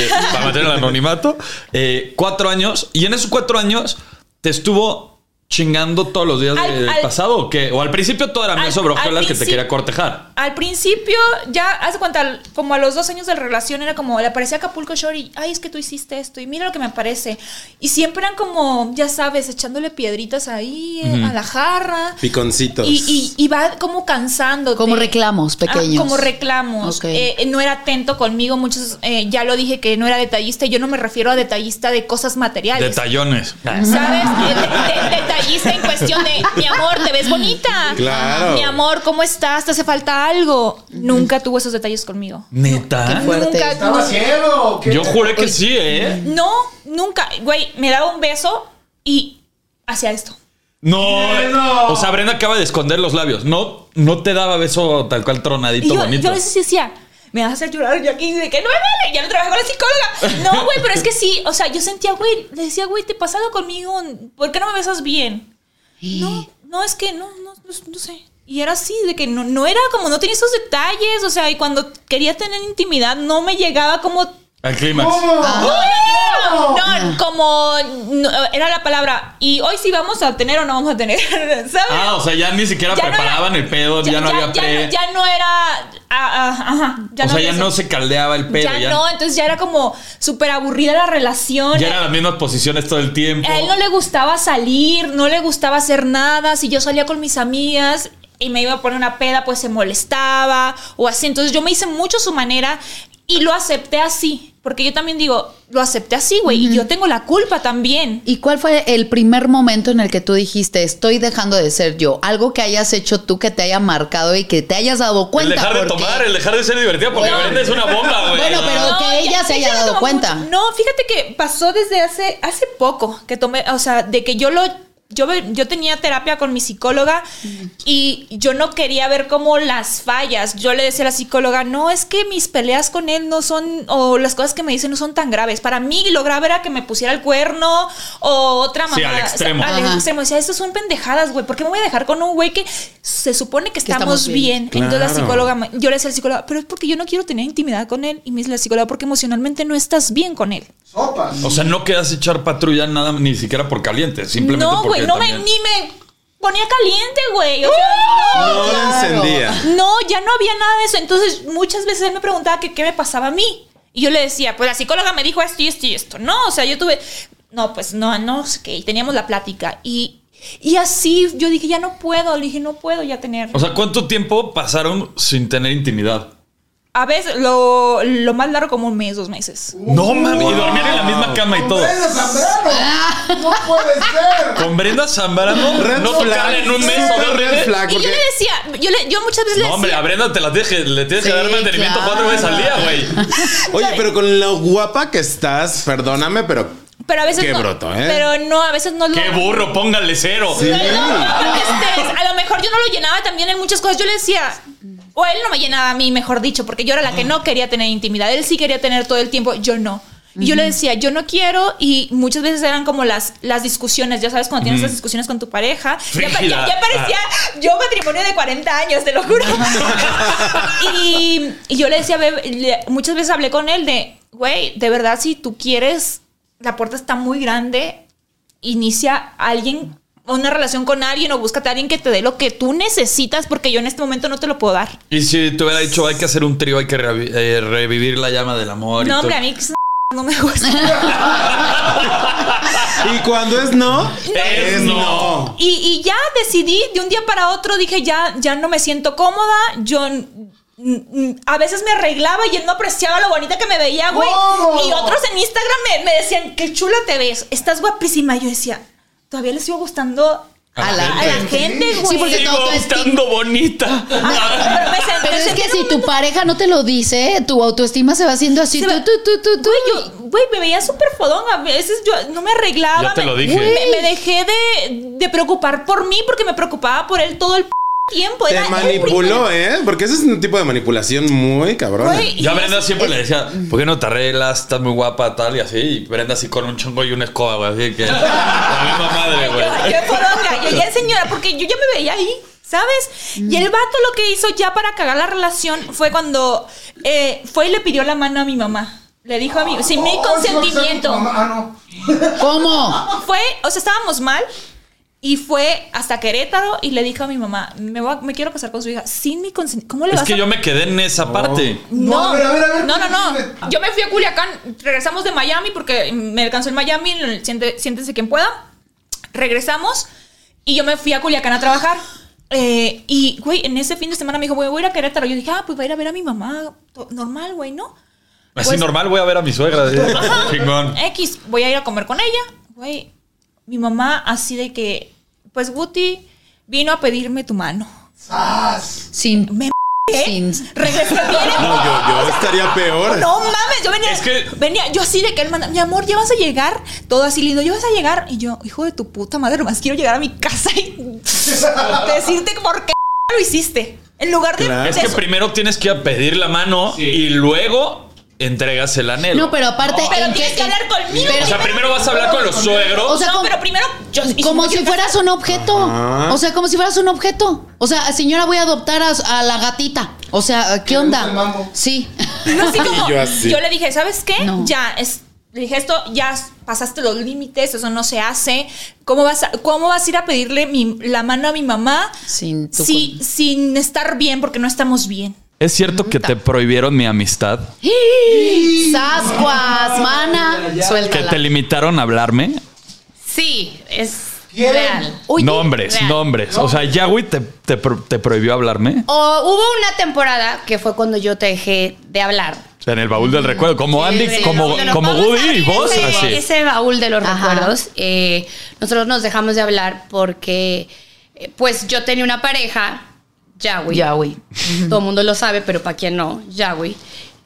Speaker 7: mantener el anonimato. Eh, cuatro años. Y en esos cuatro años te estuvo chingando todos los días
Speaker 8: Al-
Speaker 7: del
Speaker 8: al-
Speaker 7: pasado o qué? O al principio todo era
Speaker 8: Al-
Speaker 7: miel sobre
Speaker 8: al
Speaker 7: hojuelas que te
Speaker 8: principio-
Speaker 7: quería cortejar.
Speaker 8: Al principio, ya, haz de cuenta, como a los dos años de la relación, era como, le aparecía Acapulco Shore y, ay, es que tú hiciste esto, y mira lo que me aparece. Y siempre eran como, ya sabes, echándole piedritas ahí, eh, a la jarra.
Speaker 9: Piconcitos.
Speaker 8: Y, y, y va como cansando.
Speaker 3: Como reclamos pequeños.
Speaker 8: como reclamos.
Speaker 3: Ok.
Speaker 8: Eh, no era atento conmigo. Muchos, eh, ya lo dije que no era detallista. Y yo no me refiero a detallista de cosas materiales.
Speaker 7: Detallones.
Speaker 8: ¿Sabes? De- de- de- Detallista en cuestión de, mi amor, te ves bonita.
Speaker 9: Claro.
Speaker 8: Mi amor, ¿cómo estás? ¿Te hace falta algo? Nunca tuvo esos detalles conmigo.
Speaker 7: Neta.
Speaker 3: Fuerte.
Speaker 8: Nunca.
Speaker 9: Estaba ciego. ¿qué?
Speaker 7: Yo juré que sí, ¿eh?
Speaker 8: No, nunca. Güey, me daba un beso y hacía esto.
Speaker 7: No.
Speaker 9: Miedo.
Speaker 7: O sea, Brenda acaba de esconder los labios. No, no te daba beso tal cual
Speaker 8: Y
Speaker 7: tronadito
Speaker 8: yo,
Speaker 7: bonito.
Speaker 8: yo a veces decía, me vas a hacer llorar. Yo aquí de que no me vale, ya no trabajo con la psicóloga. No, güey, pero es que sí. O sea, yo sentía, güey, le decía, güey, te pasado conmigo, ¿por qué no me besas bien? No, no, es que no, no, no, no sé. Y era así, de que no, no era como, no tenía esos detalles. O sea, y cuando quería tener intimidad, no me llegaba como
Speaker 7: Al clímax.
Speaker 9: ¿Cómo?
Speaker 8: no, no, como no, era la palabra. Y hoy sí vamos a tener o no vamos a tener, ¿sabes?
Speaker 7: Ah, o sea, ya ni siquiera
Speaker 8: Ya no
Speaker 7: preparaban
Speaker 8: era-
Speaker 7: el pedo, ya, no había
Speaker 8: ya,
Speaker 7: pre.
Speaker 8: no- ya no era. ah, ah, ajá, ya
Speaker 7: o sea,
Speaker 8: había
Speaker 7: ya
Speaker 8: eso.
Speaker 7: no se caldeaba el pelo.
Speaker 8: Ya, no, entonces ya era como súper aburrida la relación.
Speaker 7: Ya eran las mismas posiciones todo el tiempo.
Speaker 8: A él no le gustaba salir, no le gustaba hacer nada. Si yo salía con mis amigas y me iba a poner una peda, pues se molestaba o así. Entonces yo me hice mucho a su manera. Y lo acepté así. Porque yo también digo, lo acepté así, güey. Y yo tengo la culpa también.
Speaker 3: ¿Y cuál fue el primer momento en el que tú dijiste, estoy dejando de ser yo? Algo que hayas hecho tú que te haya marcado y que te hayas dado
Speaker 2: El
Speaker 3: cuenta.
Speaker 2: dejar de
Speaker 3: porque-
Speaker 2: tomar, el dejar de ser divertida, porque Brenda es una bomba, güey.
Speaker 3: Bueno, pero
Speaker 8: No,
Speaker 3: que ella
Speaker 8: ya-
Speaker 3: se haya
Speaker 8: ya
Speaker 3: dado
Speaker 8: tomó
Speaker 3: cuenta.
Speaker 8: mucho. No, fíjate que pasó desde hace, hace poco que tomé, o sea, de que yo lo. Yo, ve- yo tenía terapia con mi psicóloga y yo no quería ver como las fallas. Yo le decía a la psicóloga, no, es que mis peleas con él no son, o las cosas que me dicen no son tan graves. Para mí lo grave era que me pusiera el cuerno o otra mamá.
Speaker 2: Sí, al extremo.
Speaker 8: al
Speaker 3: Ajá.
Speaker 8: extremo. Decía, esas son pendejadas, güey. ¿Por qué me voy a dejar con un güey que se supone que,
Speaker 3: estamos
Speaker 8: estamos,
Speaker 3: bien.
Speaker 8: bien? Entonces la
Speaker 4: Claro.
Speaker 8: psicóloga, me- yo le decía al psicólogo, pero es porque yo no quiero tener intimidad con él. Y me dice la psicóloga, porque emocionalmente no estás bien con él.
Speaker 7: O sea, no quedas echar patrulla nada, ni siquiera por caliente, simplemente
Speaker 8: No,
Speaker 7: porque
Speaker 8: güey, no me,
Speaker 7: también-
Speaker 8: ni me ponía caliente, güey. O sea, no.
Speaker 5: No lo encendía.
Speaker 8: No, ya no había nada de eso. Entonces muchas veces él me preguntaba que qué me pasaba a mí. Y yo le decía, pues la psicóloga me dijo esto y esto y esto. No, o sea, yo tuve, no, pues no, no sé qué. Y teníamos la plática. Y, y así yo dije, ya no puedo. Le dije, no puedo ya tener.
Speaker 7: O sea, ¿cuánto tiempo pasaron sin tener intimidad?
Speaker 8: A veces lo, lo más largo como un mes, dos meses.
Speaker 7: No mami, y dormían en la misma cama y todo.
Speaker 5: ¡No puede ser!
Speaker 7: Con Brenda Zambrano
Speaker 5: Red
Speaker 7: no
Speaker 5: flag.
Speaker 7: tocar en un mes o dos
Speaker 5: Red
Speaker 7: meses.
Speaker 5: flag,
Speaker 8: Y yo
Speaker 5: porque-
Speaker 8: le decía, yo, le- yo muchas veces
Speaker 7: No,
Speaker 8: le
Speaker 7: hombre,
Speaker 8: decía,
Speaker 7: a Brenda te la tienes que, le tienes
Speaker 3: Sí,
Speaker 7: que dar mantenimiento
Speaker 3: claro.
Speaker 7: cuatro veces al día, güey.
Speaker 9: Oye, pero con lo guapa que estás, perdóname, pero.
Speaker 8: pero a veces
Speaker 9: Qué
Speaker 8: no,
Speaker 9: broto, ¿eh?
Speaker 8: pero no, a veces no lo...
Speaker 7: Qué burro, póngale cero.
Speaker 8: No, no, no, este, a lo mejor yo no lo llenaba también en muchas cosas. Yo le decía, o él no me llenaba a mí, mejor dicho, porque yo era la que no quería tener intimidad. Él sí quería tener todo el tiempo, yo no. Y yo le decía, yo no quiero, y muchas veces eran como las, las discusiones, ya sabes, cuando tienes las discusiones con tu pareja. Ya, pa- ya- ya parecía yo matrimonio de 40 años, te lo juro. y, y yo le decía, "Bebe", le- muchas veces hablé con él de, güey, de verdad, si tú quieres, la puerta está muy grande, inicia alguien una relación con alguien o búscate a alguien que te dé lo que tú necesitas porque yo en este momento no te lo puedo dar.
Speaker 7: Y si te hubiera dicho, hay que hacer un trío, hay que revi- eh, revivir la llama del amor. y
Speaker 8: No,
Speaker 7: todo.
Speaker 8: hombre, a mí no me gusta.
Speaker 9: Y cuando es no,
Speaker 7: Es no.
Speaker 8: Y, y ya decidí, de un día para otro dije, ya, ya no me siento cómoda, yo... mm, mm, A veces me arreglaba y él no apreciaba lo bonita que me veía, güey. Y otros en Instagram me, me decían, qué chula te ves, estás guapísima. Yo decía, todavía le sigo gustando
Speaker 3: A la
Speaker 8: a la gente, güey.
Speaker 3: Sí, porque
Speaker 7: Sigo
Speaker 3: tu autoestima-
Speaker 7: estando bonita.
Speaker 8: Ah, Pero, me sen-
Speaker 3: Pero
Speaker 8: me
Speaker 3: es
Speaker 8: sentí
Speaker 3: que
Speaker 8: en
Speaker 3: si
Speaker 8: un
Speaker 3: tu pareja no te lo dice, tu autoestima se va haciendo así.
Speaker 8: Se
Speaker 3: tú,
Speaker 8: va-
Speaker 3: tú, tú, tú, tú.
Speaker 8: Güey, yo, güey, me veía súper fodón. A veces yo no me arreglaba.
Speaker 7: Ya te lo
Speaker 8: me-
Speaker 7: dije.
Speaker 8: Me, me dejé de, de preocupar por mí porque me preocupaba por él todo el p- tiempo. Era
Speaker 9: te
Speaker 8: el
Speaker 9: manipuló,
Speaker 8: primer-
Speaker 9: ¿eh? Porque ese es un tipo de manipulación muy cabrón.
Speaker 8: Güey, y
Speaker 7: Yo a
Speaker 8: yo-
Speaker 7: Brenda siempre le decía, ¿por qué no te arreglas? Estás muy guapa, tal y así. Y Brenda así con un chongo y una escoba, güey. Así que. La misma madre,
Speaker 8: yo,
Speaker 7: güey.
Speaker 8: yo fodonga, yo ya señora, porque yo ya me veía ahí. ¿Sabes? Y el vato lo que hizo ya para cagar la relación fue cuando eh, fue y le pidió la mano a mi mamá. Le dijo a mi, sin mi
Speaker 7: Oh,
Speaker 8: consentimiento.
Speaker 3: ¿Cómo?
Speaker 8: Fue, o sea, estábamos mal y fue hasta Querétaro y le dijo a mi mamá, me, voy a- me quiero casar con su hija sin mi consentimiento. ¿Cómo le
Speaker 7: Es
Speaker 8: vas
Speaker 7: que
Speaker 8: a
Speaker 7: yo me quedé en esa parte.
Speaker 8: No, no, no, no. Yo me fui a Culiacán, regresamos de Miami porque me alcanzó en Miami, en el siente- siéntense quien pueda. Regresamos y yo me fui a Culiacán a trabajar. Eh, y, güey, en ese fin de semana me dijo, güey, voy a ir a Querétaro. Yo dije, ah, pues voy a ir a ver a mi mamá. To- Normal, güey, ¿no?
Speaker 7: Así
Speaker 8: Pues-
Speaker 7: normal voy a ver a mi suegra. así. Chingón.
Speaker 8: X, voy a ir a comer con ella. Güey, mi mamá así de que, pues Guti vino a pedirme tu mano.
Speaker 3: Sin.
Speaker 8: Me ¿eh?
Speaker 3: sin
Speaker 8: Regresé bien.
Speaker 9: No, yo, yo estaría peor.
Speaker 8: No mames, yo venía,
Speaker 7: Es que-
Speaker 8: venía yo así de que él manda, mi amor, ya vas a llegar, todo así lindo, ya vas a llegar. Y yo, hijo de tu puta madre, nomás quiero llegar a mi casa y decirte por qué lo hiciste. En lugar de...
Speaker 9: Claro.
Speaker 7: Es
Speaker 8: de-
Speaker 7: que primero tienes que ir a pedir la mano y luego entregas el anhelo.
Speaker 3: No, pero aparte.
Speaker 8: pero
Speaker 3: ¿en
Speaker 8: tienes
Speaker 3: qué-
Speaker 8: que hablar conmigo.
Speaker 7: o sea, primero vas a hablar con los
Speaker 3: O
Speaker 7: suegros.
Speaker 3: sea,
Speaker 8: no,
Speaker 3: como-
Speaker 8: pero primero... yo-
Speaker 3: Como si fueras un objeto. O sea, como si fueras un objeto. O sea, señora, voy a adoptar a, a la gatita. O sea, ¿qué onda? Sí.
Speaker 8: No, así como-
Speaker 9: Y yo
Speaker 8: yo,
Speaker 9: así.
Speaker 8: le dije, ¿sabes qué?
Speaker 3: No.
Speaker 8: Ya, es, le dije esto, ya pasaste los límites, eso no se hace. ¿Cómo vas a, cómo vas a ir a pedirle mi- la mano a mi mamá
Speaker 3: Sin tu
Speaker 8: si- sin estar bien? Porque no estamos bien.
Speaker 7: ¿Es cierto que te prohibieron mi amistad?
Speaker 3: Sascuas, mana.
Speaker 7: ¿Que te
Speaker 3: Suéltala.
Speaker 7: limitaron a hablarme?
Speaker 1: Sí, es real.
Speaker 3: Oye,
Speaker 7: nombres,
Speaker 1: real.
Speaker 7: nombres. O sea, Yahweh te, te pro- te prohibió hablarme.
Speaker 1: O hubo una temporada que fue cuando yo te dejé de hablar.
Speaker 7: Sí. sea, en el baúl del recuerdo. Como
Speaker 3: Sí,
Speaker 7: Andy,
Speaker 3: sí,
Speaker 7: como,
Speaker 1: Bueno,
Speaker 7: como
Speaker 1: vamos a
Speaker 7: Woody y
Speaker 1: abrir
Speaker 7: vos,
Speaker 1: ese,
Speaker 7: así.
Speaker 1: ese baúl de los
Speaker 3: Ajá.
Speaker 1: recuerdos. Eh, nosotros nos dejamos de hablar porque, eh, pues, yo tenía una pareja, Yahweh.
Speaker 3: Yahweh.
Speaker 1: Todo el mundo lo sabe, pero para quien no, Yahweh.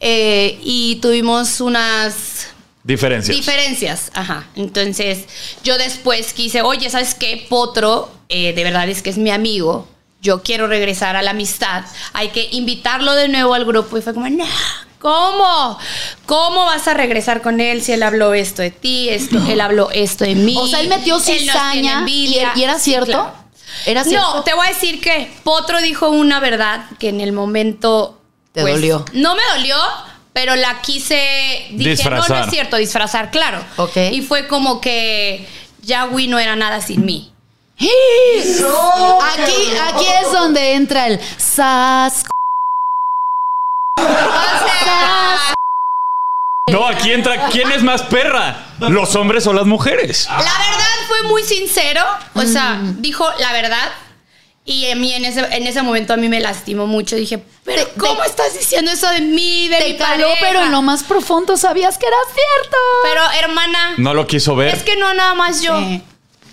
Speaker 1: Eh, y tuvimos unas
Speaker 7: Diferencias.
Speaker 1: diferencias. Ajá. Entonces, yo después quise, oye, ¿sabes qué? Potro, eh, de verdad es que es mi amigo. Yo quiero regresar a la amistad. Hay que invitarlo de nuevo al grupo. Y fue como, no. ¿Cómo? ¿Cómo vas a regresar con él si él habló esto de ti? Esto, éél habló esto de mí.
Speaker 3: O sea, él metió
Speaker 1: nos tiene
Speaker 3: cizaña y,
Speaker 1: envidia.
Speaker 3: y era
Speaker 1: Sí,
Speaker 3: cierto.
Speaker 1: claro.
Speaker 3: Era cierto.
Speaker 1: No, te voy a decir que Potro dijo una verdad que en el momento. pues,
Speaker 3: Te dolió.
Speaker 1: No me dolió, pero la quise. Dije, no, no
Speaker 7: Disfrazar.
Speaker 1: es cierto, disfrazar, claro.
Speaker 3: Ok.
Speaker 1: Y fue como que Yahweh no era nada sin mí.
Speaker 3: Aquí, aquí es donde entra el sas.
Speaker 7: No, aquí entra. ¿Quién es más perra? ¿Los hombres o las mujeres?
Speaker 3: Ah.
Speaker 1: La verdad fue muy sincero. O sea,
Speaker 3: Mm.
Speaker 1: dijo la verdad. Y a mí en ese, en ese momento a mí me lastimó mucho. Dije, pero
Speaker 3: Te-
Speaker 1: ¿cómo
Speaker 3: te-
Speaker 1: estás diciendo eso de mí, de mi
Speaker 3: Te caló,
Speaker 1: pareja?"
Speaker 3: pero en lo más profundo sabías que era cierto.
Speaker 1: Pero hermana,
Speaker 7: No lo quiso
Speaker 1: es
Speaker 7: ver.
Speaker 1: que no nada más yo.
Speaker 3: Sí.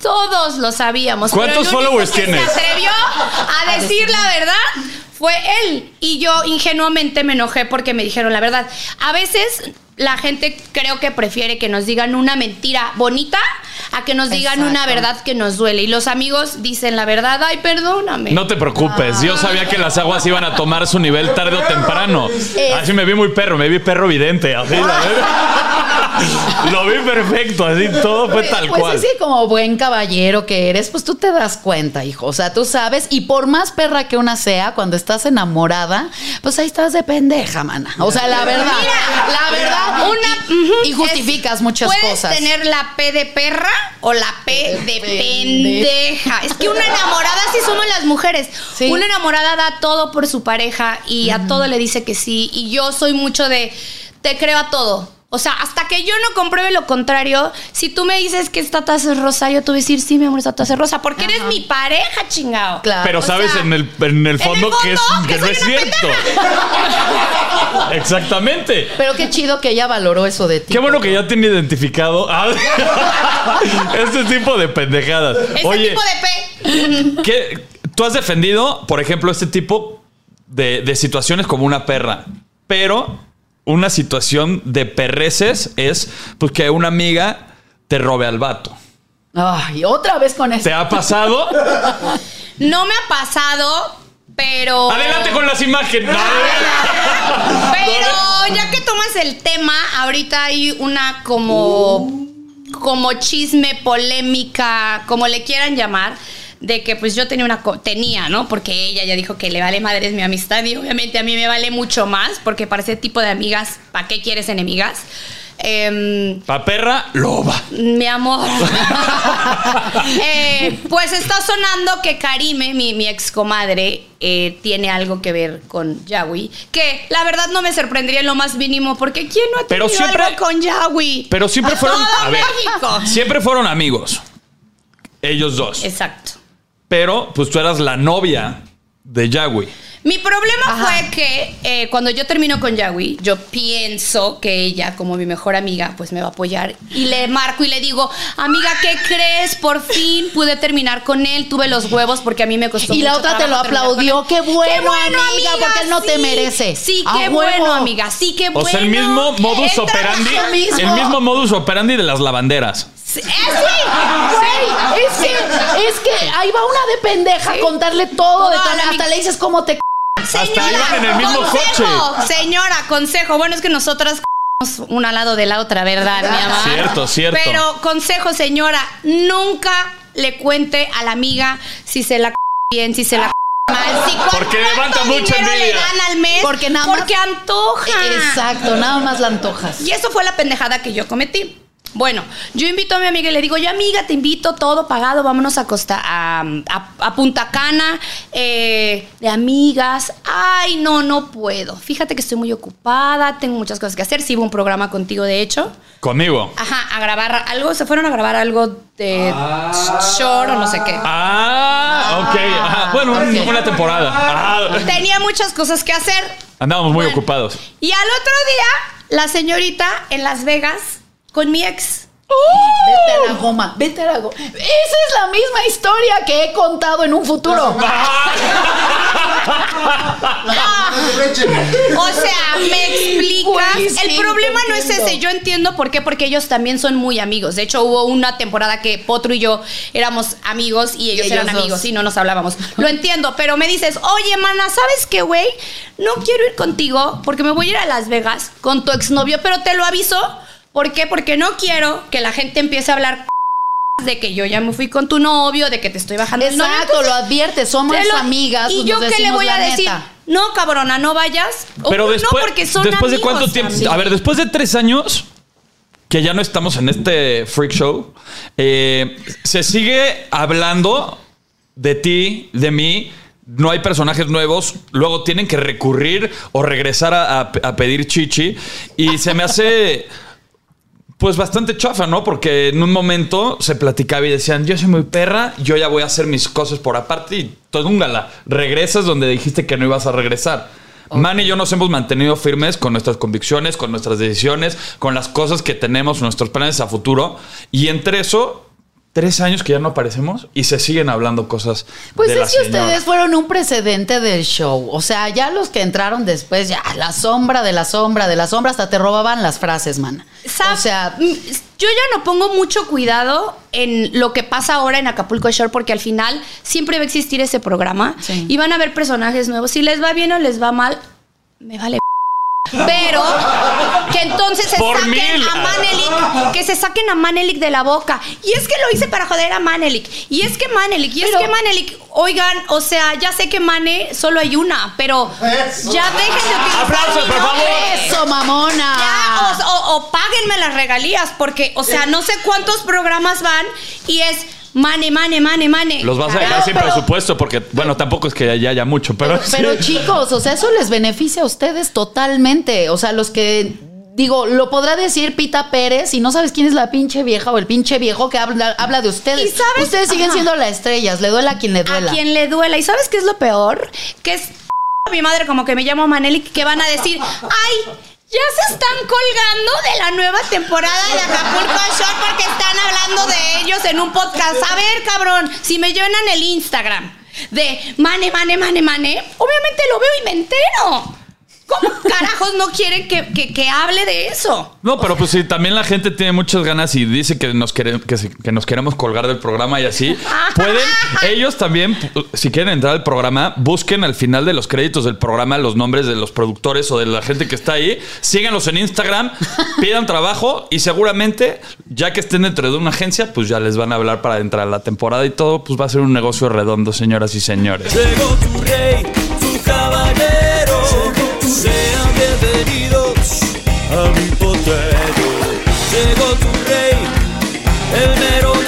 Speaker 1: Todos lo sabíamos. pero el
Speaker 7: ¿Cuántos
Speaker 1: único
Speaker 7: followers
Speaker 1: que
Speaker 7: tienes?
Speaker 1: Se atrevió a decir la verdad fue él. Y yo ingenuamente me enojé porque me dijeron la verdad. A veces la gente creo que prefiere que nos digan una mentira bonita a que nos digan
Speaker 3: Exacto.
Speaker 1: una verdad que nos duele. Y los amigos dicen la verdad, ay, perdóname.
Speaker 7: No te preocupes, yo sabía que las aguas iban a tomar su nivel tarde o temprano. Así me vi muy perro, me vi perro vidente, así la verdad. Lo vi perfecto, así todo fue tal
Speaker 3: pues
Speaker 7: cual.
Speaker 3: sí, como buen caballero que eres, pues tú te das cuenta, hijo. O sea, tú sabes, y por más perra que una sea, cuando estás enamorada, pues ahí estás de pendeja, mana. O sea, la verdad.
Speaker 1: Mira,
Speaker 3: la verdad.
Speaker 1: una-
Speaker 3: y,
Speaker 1: ujú,
Speaker 3: y justificas
Speaker 1: es-
Speaker 3: muchas
Speaker 1: puedes
Speaker 3: cosas.
Speaker 1: tener la P de perra o la P de
Speaker 3: pendeja.
Speaker 1: pendeja. Es que una enamorada, así somos las mujeres.
Speaker 3: Sí.
Speaker 1: Una enamorada da todo por su pareja y a todo le dice que sí. Y yo soy mucho de te creo a todo. O sea, hasta que yo no compruebe lo contrario, si tú me dices que esta taza es rosa, yo te voy a decir, sí, mi amor, esta taza es rosa, porque eres mi pareja, chingao.
Speaker 3: Claro.
Speaker 7: Pero
Speaker 1: O
Speaker 7: sabes
Speaker 1: sea,
Speaker 7: en, el, en el
Speaker 1: el
Speaker 7: fondo que, es-
Speaker 1: fondo
Speaker 7: que
Speaker 1: que
Speaker 7: no
Speaker 1: soy
Speaker 7: es
Speaker 1: una
Speaker 7: cierto. Exactamente.
Speaker 3: Pero qué chido que ella valoró eso de ti.
Speaker 7: Qué bueno que ya tiene identificado a- este tipo de pendejadas.
Speaker 1: Ese
Speaker 7: Oye,
Speaker 1: Este tipo de P.
Speaker 7: ¿qué- tú has defendido, por ejemplo, este tipo de, de situaciones como una perra, pero una situación de perreces es pues, que una amiga te robe al vato.
Speaker 3: Ay, otra vez con eso.
Speaker 7: ¿Te ha pasado?
Speaker 1: No me ha pasado, pero.
Speaker 7: Adelante con las imágenes.
Speaker 1: Pero ya que tomas el tema, ahorita hay una como. Como chisme, polémica, como le quieran llamar, de que pues yo tenía una. co- Tenía, ¿no? Porque ella ya dijo que le vale madres mi amistad y obviamente a mí me vale mucho más, porque para ese tipo de amigas, ¿para qué quieres enemigas? Em,
Speaker 7: Pa perra, loba.
Speaker 1: mi amor. Eh, pues está sonando que Karime, mi, mi ex comadre, eh, tiene algo que ver con Yahweh. Que la verdad no me sorprendería en lo más mínimo, porque ¿quién no ha
Speaker 7: Pero
Speaker 1: tenido
Speaker 7: siempre-
Speaker 1: algo con Yahweh?
Speaker 7: Pero siempre fueron.
Speaker 1: Todo
Speaker 7: a ver,
Speaker 1: México.
Speaker 7: siempre fueron amigos. Ellos dos.
Speaker 1: Exacto.
Speaker 7: Pero, pues tú eras la novia de Yahweh.
Speaker 1: Mi problema fue que eh, cuando yo termino con Yahweh, yo pienso que ella, como mi mejor amiga, pues me va a apoyar. Y le marco y le digo, amiga, ¿qué crees? Por fin pude terminar con él, tuve los huevos porque a mí me costó
Speaker 3: Y la
Speaker 1: mucho
Speaker 3: otra te lo
Speaker 1: trabajo terminar con
Speaker 3: aplaudió.
Speaker 1: él".
Speaker 3: Qué bueno, amiga, porque él no te merece.
Speaker 1: Sí,
Speaker 3: A
Speaker 1: qué
Speaker 3: huevo.
Speaker 1: bueno, amiga, sí, qué
Speaker 7: O
Speaker 1: bueno.
Speaker 7: sea, el mismo modus
Speaker 1: Entra-
Speaker 7: operandi.
Speaker 3: lo mismo.
Speaker 7: El mismo modus operandi de las lavanderas.
Speaker 1: Sí, eh, sí, sí.
Speaker 3: Es que, es que ahí va una de pendeja a contarle todo de
Speaker 1: Toda
Speaker 3: tal-
Speaker 1: la
Speaker 3: Hasta
Speaker 1: amiga.
Speaker 3: le dices cómo te c-
Speaker 7: Hasta iban en el mismo
Speaker 1: consejo, Señora, consejo. Bueno, es que nosotras c***amos una al lado de la otra, ¿verdad, mi amor?
Speaker 7: Cierto, cierto.
Speaker 1: Pero consejo, señora, nunca le cuente a la amiga si se la c- bien, si se la c- mal, si cuánto-
Speaker 7: Porque levanta
Speaker 1: cuánto
Speaker 7: mucha
Speaker 1: dinero le
Speaker 7: envidia.
Speaker 1: dan al mes,
Speaker 3: Porque nada más-
Speaker 1: porque antoja.
Speaker 3: Exacto, nada más la antojas.
Speaker 1: Y eso fue la pendejada que yo cometí. Bueno, yo invito a mi amiga y le digo, yo amiga, te invito, todo pagado, vámonos a Costa, a, a- a Punta Cana, eh, de amigas. Ay, no, no puedo. Fíjate que estoy muy ocupada, tengo muchas cosas que hacer. Sí, hubo un programa contigo, de hecho.
Speaker 7: Conmigo.
Speaker 1: Ajá, a grabar algo, se fueron a grabar algo de short o no sé qué.
Speaker 7: Ah, ok. ajá. Bueno,
Speaker 3: ok.
Speaker 7: una temporada. Ah,
Speaker 1: Tenía muchas cosas que hacer.
Speaker 7: Andábamos muy
Speaker 1: Bueno,
Speaker 7: ocupados.
Speaker 1: Y al otro día, la señorita en Las Vegas con mi ex.
Speaker 3: Vete a la goma, vete a la goma. ¡Oh! Esa es la misma historia que he contado en un futuro.
Speaker 7: Ah.
Speaker 1: O sea, me explicas.
Speaker 3: Güey, sí,
Speaker 1: el problema
Speaker 3: te
Speaker 1: no es
Speaker 3: entiendo.
Speaker 1: ese. Yo entiendo por qué, porque ellos también son muy amigos. De hecho, hubo una temporada que Potro y yo éramos amigos y ellos,
Speaker 3: ellos
Speaker 1: eran
Speaker 3: dos.
Speaker 1: amigos y no nos hablábamos. Lo entiendo, pero me dices, oye, mana, ¿sabes qué, güey? No quiero ir contigo porque me voy a ir a Las Vegas con tu exnovio, pero te lo aviso. ¿Por qué? Porque no quiero que la gente empiece a hablar de que yo ya me fui con tu novio, de que te estoy bajando el novio".
Speaker 3: Exacto,
Speaker 1: Entonces,
Speaker 3: lo advierte, somos
Speaker 1: te lo-
Speaker 3: amigas.
Speaker 1: ¿Y
Speaker 3: pues
Speaker 1: yo
Speaker 3: nos
Speaker 1: qué le
Speaker 3: decimos
Speaker 1: voy a
Speaker 3: la
Speaker 1: decir?
Speaker 3: neta.
Speaker 1: No, cabrona, no vayas. O
Speaker 7: Pero
Speaker 1: no,
Speaker 7: después,
Speaker 1: porque son
Speaker 7: después de
Speaker 1: amigos,
Speaker 7: cuánto tiempo.
Speaker 1: amigo.
Speaker 7: A ver, después de tres años que ya no estamos en este freak show, eh, se sigue hablando de ti, de mí. No hay personajes nuevos. Luego tienen que recurrir o regresar a, a- a pedir chichi. Y se me hace. Pues bastante chafa, ¿no? Porque en un momento se platicaba y decían, yo soy muy perra, yo ya voy a hacer mis cosas por aparte y todo un gala. Regresas donde dijiste que no ibas a regresar. Man y yo nos hemos mantenido firmes con nuestras convicciones, con nuestras decisiones, con las cosas que tenemos, nuestros planes a futuro. Y entre eso, tres años que ya no aparecemos y se siguen hablando cosas.
Speaker 3: Pues
Speaker 7: de la
Speaker 3: es que
Speaker 7: señora.
Speaker 3: ustedes fueron un precedente del show. O sea, ya los que entraron después, ya la sombra de la sombra de la sombra, hasta te robaban las frases, mana.
Speaker 1: Sab-
Speaker 3: O sea,
Speaker 1: mm, yo ya no pongo mucho cuidado en lo que pasa ahora en Acapulco Shore porque al final siempre va a existir ese programa
Speaker 3: Sí.
Speaker 1: y van a haber personajes nuevos. Si les va bien o les va mal, me vale. Pero que entonces se
Speaker 7: Por
Speaker 1: saquen
Speaker 7: mil.
Speaker 1: a Manelik, que se saquen a Manelik de la boca. Y es que lo hice para joder a Manelik. Y es que Manelik, y es que Manelik, oigan, o sea, ya sé que Mane solo hay una, pero ya dejen de utilizar
Speaker 7: Aplausos,
Speaker 1: mi
Speaker 7: por favor.
Speaker 1: nombre.
Speaker 3: eso, mamona.
Speaker 1: Ya, o, o- o páguenme las regalías, porque, o
Speaker 7: Eh.
Speaker 1: sea, no sé cuántos programas van y es mane, mane, mane, mane.
Speaker 7: Los vas a dejar
Speaker 1: Claro,
Speaker 7: sin
Speaker 1: pero-
Speaker 7: presupuesto porque, bueno, tampoco es que ya haya mucho, pero...
Speaker 3: Pero
Speaker 7: sí.
Speaker 3: chicos, o sea, eso les beneficia a ustedes totalmente. O sea, los que. Digo, lo podrá decir Pita Pérez y no sabes quién es la pinche vieja o el pinche viejo que habla, habla de ustedes.
Speaker 1: ¿Y sabes?
Speaker 3: Ustedes siguen
Speaker 1: Ajá.
Speaker 3: siendo las estrellas, le duela a quien le duela.
Speaker 1: A quien le duela. ¿Y sabes qué es lo peor? Que es a mi madre, como que me llamo Maneli, que van a decir, ¡ay! Ya se están colgando de la nueva temporada de Acapulco Shore porque están hablando de ellos en un podcast. A ver, cabrón, si me llenan el Instagram de mane, mane, mane, mane, obviamente lo veo y me entero. ¿Cómo carajos no quieren que, que- que hable de eso?
Speaker 7: No, pero pues sí, también la gente tiene muchas ganas y dice que nos, quere- que, se- que nos queremos colgar del programa y así. Pueden, ellos también, si quieren entrar al programa, busquen al final de los créditos del programa los nombres de los productores o de la gente que está ahí. Síganlos en Instagram, pidan trabajo y seguramente, ya que estén dentro de una agencia, pues ya les van a hablar para entrar a la temporada y todo, pues va a ser un negocio redondo, señoras y señores.
Speaker 10: Llegó tu rey, tu caballero. Sean bienvenidos a mi potrero. Llegó tu rey, el mero